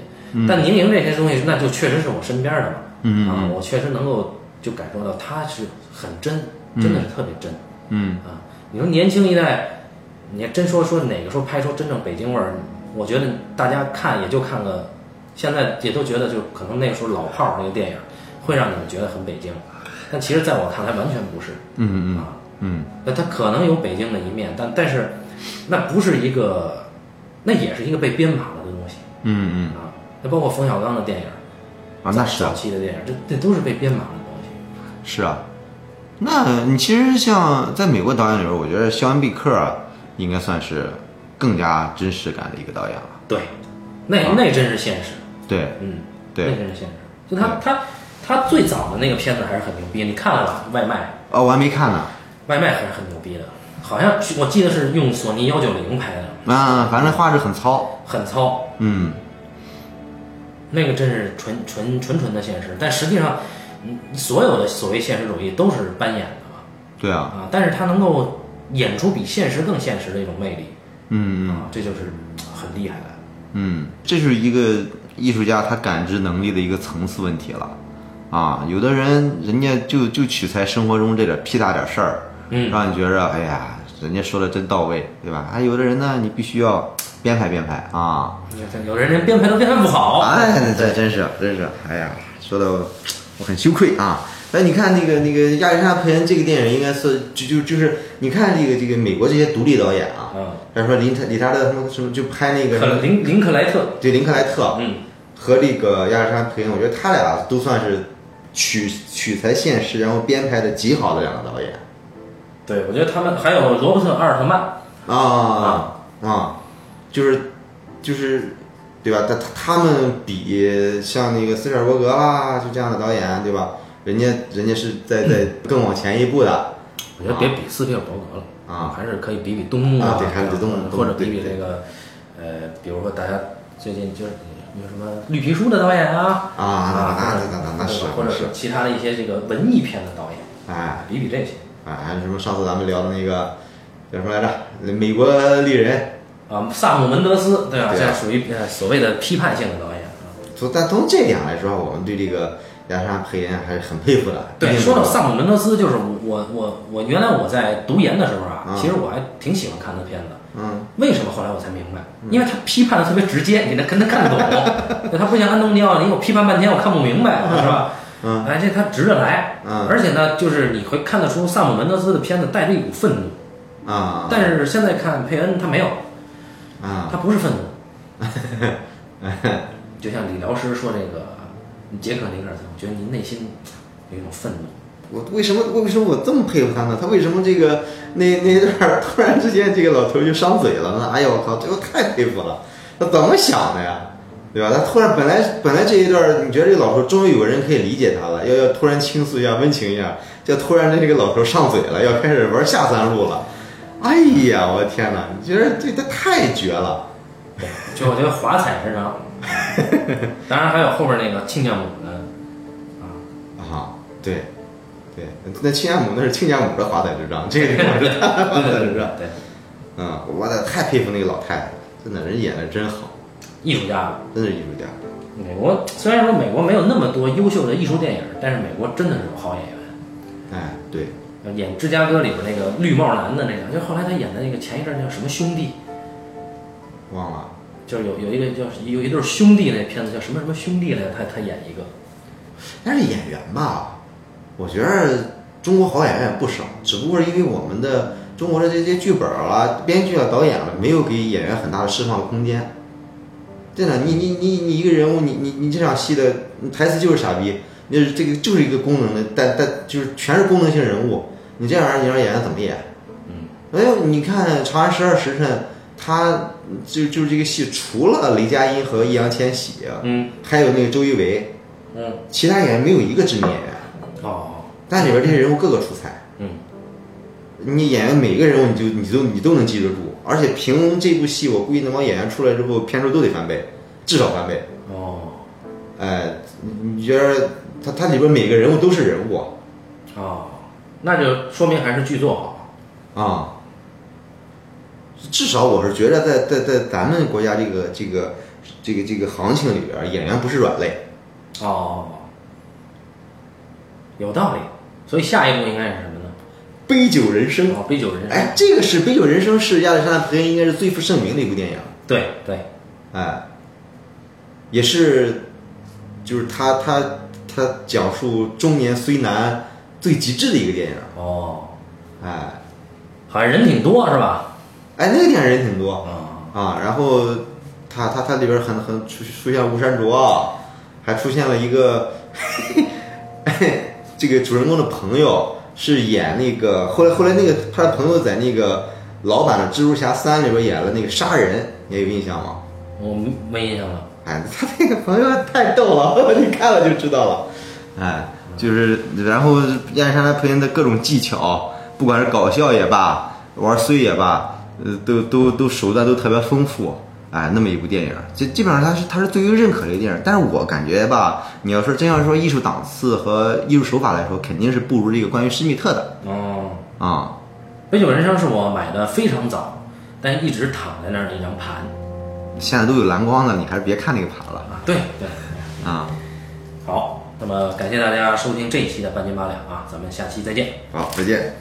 [SPEAKER 1] 但宁宁这些东西，那就确实是我身边的嘛，
[SPEAKER 2] 嗯
[SPEAKER 1] 啊，我确实能够就感受到他是很真，真的是特别真、
[SPEAKER 2] 嗯
[SPEAKER 1] 啊。你说年轻一代，你还真说说哪个时候拍出真正北京味儿，我觉得大家看也就看个，现在也都觉得就可能那个时候老炮儿那个电影会让你们觉得很北京，但其实在我看来完全不是。
[SPEAKER 2] 嗯嗯
[SPEAKER 1] 啊，
[SPEAKER 2] 嗯
[SPEAKER 1] 那它可能有北京的一面，但但是那不是一个，那也是一个被编码了的东西
[SPEAKER 2] 嗯嗯
[SPEAKER 1] 啊。那包括冯小刚的电影，
[SPEAKER 2] 啊，那是啊
[SPEAKER 1] 早，期的电影，这这都是被编码的东西。
[SPEAKER 2] 是啊。那你其实像在美国导演里边，我觉得肖恩·毕克啊，应该算是更加真实感的一个导演了。
[SPEAKER 1] 对，那那真是现实，
[SPEAKER 2] 对
[SPEAKER 1] 嗯，那
[SPEAKER 2] 对，
[SPEAKER 1] 真是现实。就他他他最早的那个片子还是很牛逼，你看了吧？外卖，
[SPEAKER 2] 哦，我还没看呢。
[SPEAKER 1] 外卖还是很牛逼的，好像我记得是用索尼幺九零拍的，
[SPEAKER 2] 啊，反正画质很糙。
[SPEAKER 1] 很糙。
[SPEAKER 2] 嗯，
[SPEAKER 1] 那个真是纯纯纯纯的现实，但实际上，嗯，所有的所谓现实主义都是扮演的嘛，
[SPEAKER 2] 对啊，
[SPEAKER 1] 啊，但是他能够演出比现实更现实的一种魅力，
[SPEAKER 2] 嗯嗯
[SPEAKER 1] 啊，这就是很厉害的。
[SPEAKER 2] 嗯，这是一个艺术家他感知能力的一个层次问题了。啊，有的人人家就就取材生活中这点屁大点事儿，
[SPEAKER 1] 嗯
[SPEAKER 2] 让你觉着哎呀，人家说的真到位，对吧？哎还有的人呢，你必须要编排编排啊。
[SPEAKER 1] 你看，有人连编排都编排不好，
[SPEAKER 2] 哎，这真是真是，哎呀，说的我很羞愧啊。哎，你看那个那个《亚历山大·佩恩》这个电影，应该是就就就是你看这个这个美国这些独立导演啊，
[SPEAKER 1] 嗯，
[SPEAKER 2] 比如说林特理查德他们什么就拍那个什
[SPEAKER 1] 克
[SPEAKER 2] 么，
[SPEAKER 1] 林林克莱特，
[SPEAKER 2] 对林克莱特，
[SPEAKER 1] 嗯，
[SPEAKER 2] 和这个亚历山大·佩恩，我觉得他俩都算是取取材现实，然后编排的极好的两个导演
[SPEAKER 1] 对，我觉得他们还有罗伯特阿尔特曼，
[SPEAKER 2] 啊啊，就是就是，对吧？他他他们比像那个斯皮尔伯格啦，就这样的导演，对吧？人家人家是在在更往前一步的，
[SPEAKER 1] 我觉得别比斯皮尔伯格了
[SPEAKER 2] 啊
[SPEAKER 1] 还是可以比比东木
[SPEAKER 2] 啊对还是比东木
[SPEAKER 1] 或者比
[SPEAKER 2] 对
[SPEAKER 1] 比
[SPEAKER 2] 对
[SPEAKER 1] 那个，呃，比如说大家最近就是有什么绿皮书的导演啊
[SPEAKER 2] 啊那那那那那那是啊
[SPEAKER 1] 或者
[SPEAKER 2] 是
[SPEAKER 1] 是其他的一些这个文艺片的导演，啊
[SPEAKER 2] 哎
[SPEAKER 1] 比比这些
[SPEAKER 2] 哎，什么上次咱们聊的那个叫什么来着？美国丽人，
[SPEAKER 1] 啊，萨姆门德斯对吧？
[SPEAKER 2] 对啊
[SPEAKER 1] 这属于呃所谓的批判性的导演啊。
[SPEAKER 2] 从但从这点来说，我们对这个亚历山大·佩恩还是很佩服的。
[SPEAKER 1] 对，
[SPEAKER 2] 毕竟
[SPEAKER 1] 说到萨姆门德斯，就是我我我原来我在读研的时候啊
[SPEAKER 2] 啊，
[SPEAKER 1] 其实我还挺喜欢看他片子。
[SPEAKER 2] 嗯
[SPEAKER 1] 为什么后来我才明白？因为他批判的特别直接，你能跟他看得懂。 那他不像安东尼奥尼，我批判半天我看不明白，是吧？
[SPEAKER 2] 嗯
[SPEAKER 1] 哎，这他直着来。
[SPEAKER 2] 嗯
[SPEAKER 1] 而且呢，就是你会看得出萨姆门德斯的片子带着一股愤怒，
[SPEAKER 2] 啊
[SPEAKER 1] 但是现在看佩恩他没有，
[SPEAKER 2] 啊
[SPEAKER 1] 他不是愤 怒。就像理疗师说这个杰克尼克尔森，我觉得您内心有一种愤怒。
[SPEAKER 2] 我为什么为什么我这么佩服他呢？他为什么这个那那段儿突然之间这个老头就伤嘴了呢？哎呀，我靠，这我太佩服了！他怎么想的呀？对吧？他突然本来本来这一段儿，你觉得这老头终于有个人可以理解他了，要要突然倾诉一下温情一下，就突然这个老头上嘴了，要开始玩下三路了。哎呀，我的天哪！你觉得这他太绝了
[SPEAKER 1] 就我觉得华彩非常，当然还有后边那个亲家母呢，
[SPEAKER 2] 啊！对，对，那亲家母那是亲家母的华彩之章，这个地 方是他的华彩之章。
[SPEAKER 1] 对，
[SPEAKER 2] 嗯，我的太佩服那个老太太，真的人演的真好，
[SPEAKER 1] 艺术家
[SPEAKER 2] 真是艺术家。
[SPEAKER 1] 美国虽然说美国没有那么多优秀的艺术电影，但是美国真的是有好演员。
[SPEAKER 2] 哎，对，
[SPEAKER 1] 演《芝加哥》里边那个绿帽男的那个，就后来他演的那个前一阵儿叫什么兄弟，
[SPEAKER 2] 忘了
[SPEAKER 1] 就是有有一个叫有一对兄弟那片子叫什么什么兄弟来着，他他演一个，
[SPEAKER 2] 但是演员吧，我觉得中国好演员不少，只不过是因为我们的中国的这些剧本啊、编剧啊、导演啊，没有给演员很大的释放空间。真的，你你你你一个人物，你你你这场戏的台词就是傻逼，那这个就是一个功能的，但但就是全是功能性人物，你这样你让演员怎么演？
[SPEAKER 1] 嗯，
[SPEAKER 2] 哎呦，你看《长安十二时辰》，他就就是这个戏，除了雷佳音和易烊千玺，啊
[SPEAKER 1] 嗯
[SPEAKER 2] 还有那个周一围，
[SPEAKER 1] 嗯，
[SPEAKER 2] 其他演员没有一个知名演员，
[SPEAKER 1] 哦，
[SPEAKER 2] 但里边这些人物个个出彩。
[SPEAKER 1] 嗯，
[SPEAKER 2] 你演员每个人物，你就你就你都能记得住，而且凭这部戏，我估计那帮演员出来之后，片酬都得翻倍，至少翻倍。
[SPEAKER 1] 哦，
[SPEAKER 2] 哎，你你觉得他他里边每个人物都是人物
[SPEAKER 1] 哦，那就说明还是剧作好。
[SPEAKER 2] 啊？至少我是觉得在在在咱们国家这个这个这个这个行情里边，演员不是软肋。
[SPEAKER 1] 哦，有道理。所以下一步应该是什么呢？
[SPEAKER 2] 杯酒人生。
[SPEAKER 1] 哦，杯酒人生。
[SPEAKER 2] 哎，这个是《杯酒人生》是亚历山大·佩恩应该是最负盛名的一部电影。
[SPEAKER 1] 对对，
[SPEAKER 2] 哎，也是，就是他他他讲述中年虽难最极致的一个电影，
[SPEAKER 1] 哦，
[SPEAKER 2] 哎
[SPEAKER 1] 好像人挺多是吧？
[SPEAKER 2] 哎，那个电影人挺多
[SPEAKER 1] 啊，
[SPEAKER 2] 啊，然后他他他里边很很出出现吴山卓，啊还出现了一个 这个主人公的朋友是演那个后来后来那个他的朋友在那个老版的《蜘蛛侠三》里边演了那个杀人，你有印象吗？
[SPEAKER 1] 我没没印象了。
[SPEAKER 2] 哎， 他那个朋友太逗了， 你看了就知道了。哎，就是然后燕山来培训的各种技巧，不管是搞笑也罢，玩碎也罢，呃，都都都手段都特别丰富。哎，那么一部电影，基基本上它是它是最为认可的一个电影，但是我感觉吧，你要说真要说艺术档次和艺术手法来说，肯定是不如这个关于施密特的
[SPEAKER 1] 哦，
[SPEAKER 2] 啊、
[SPEAKER 1] 《杯酒人生》是我买的非常早，但一直躺在那儿的一张盘。
[SPEAKER 2] 现在都有蓝光了，你还是别看那个盘了
[SPEAKER 1] 啊，对对。
[SPEAKER 2] 啊、
[SPEAKER 1] 好，那么感谢大家收听这一期的半斤八两啊，咱们下期再见。
[SPEAKER 2] 好，再见。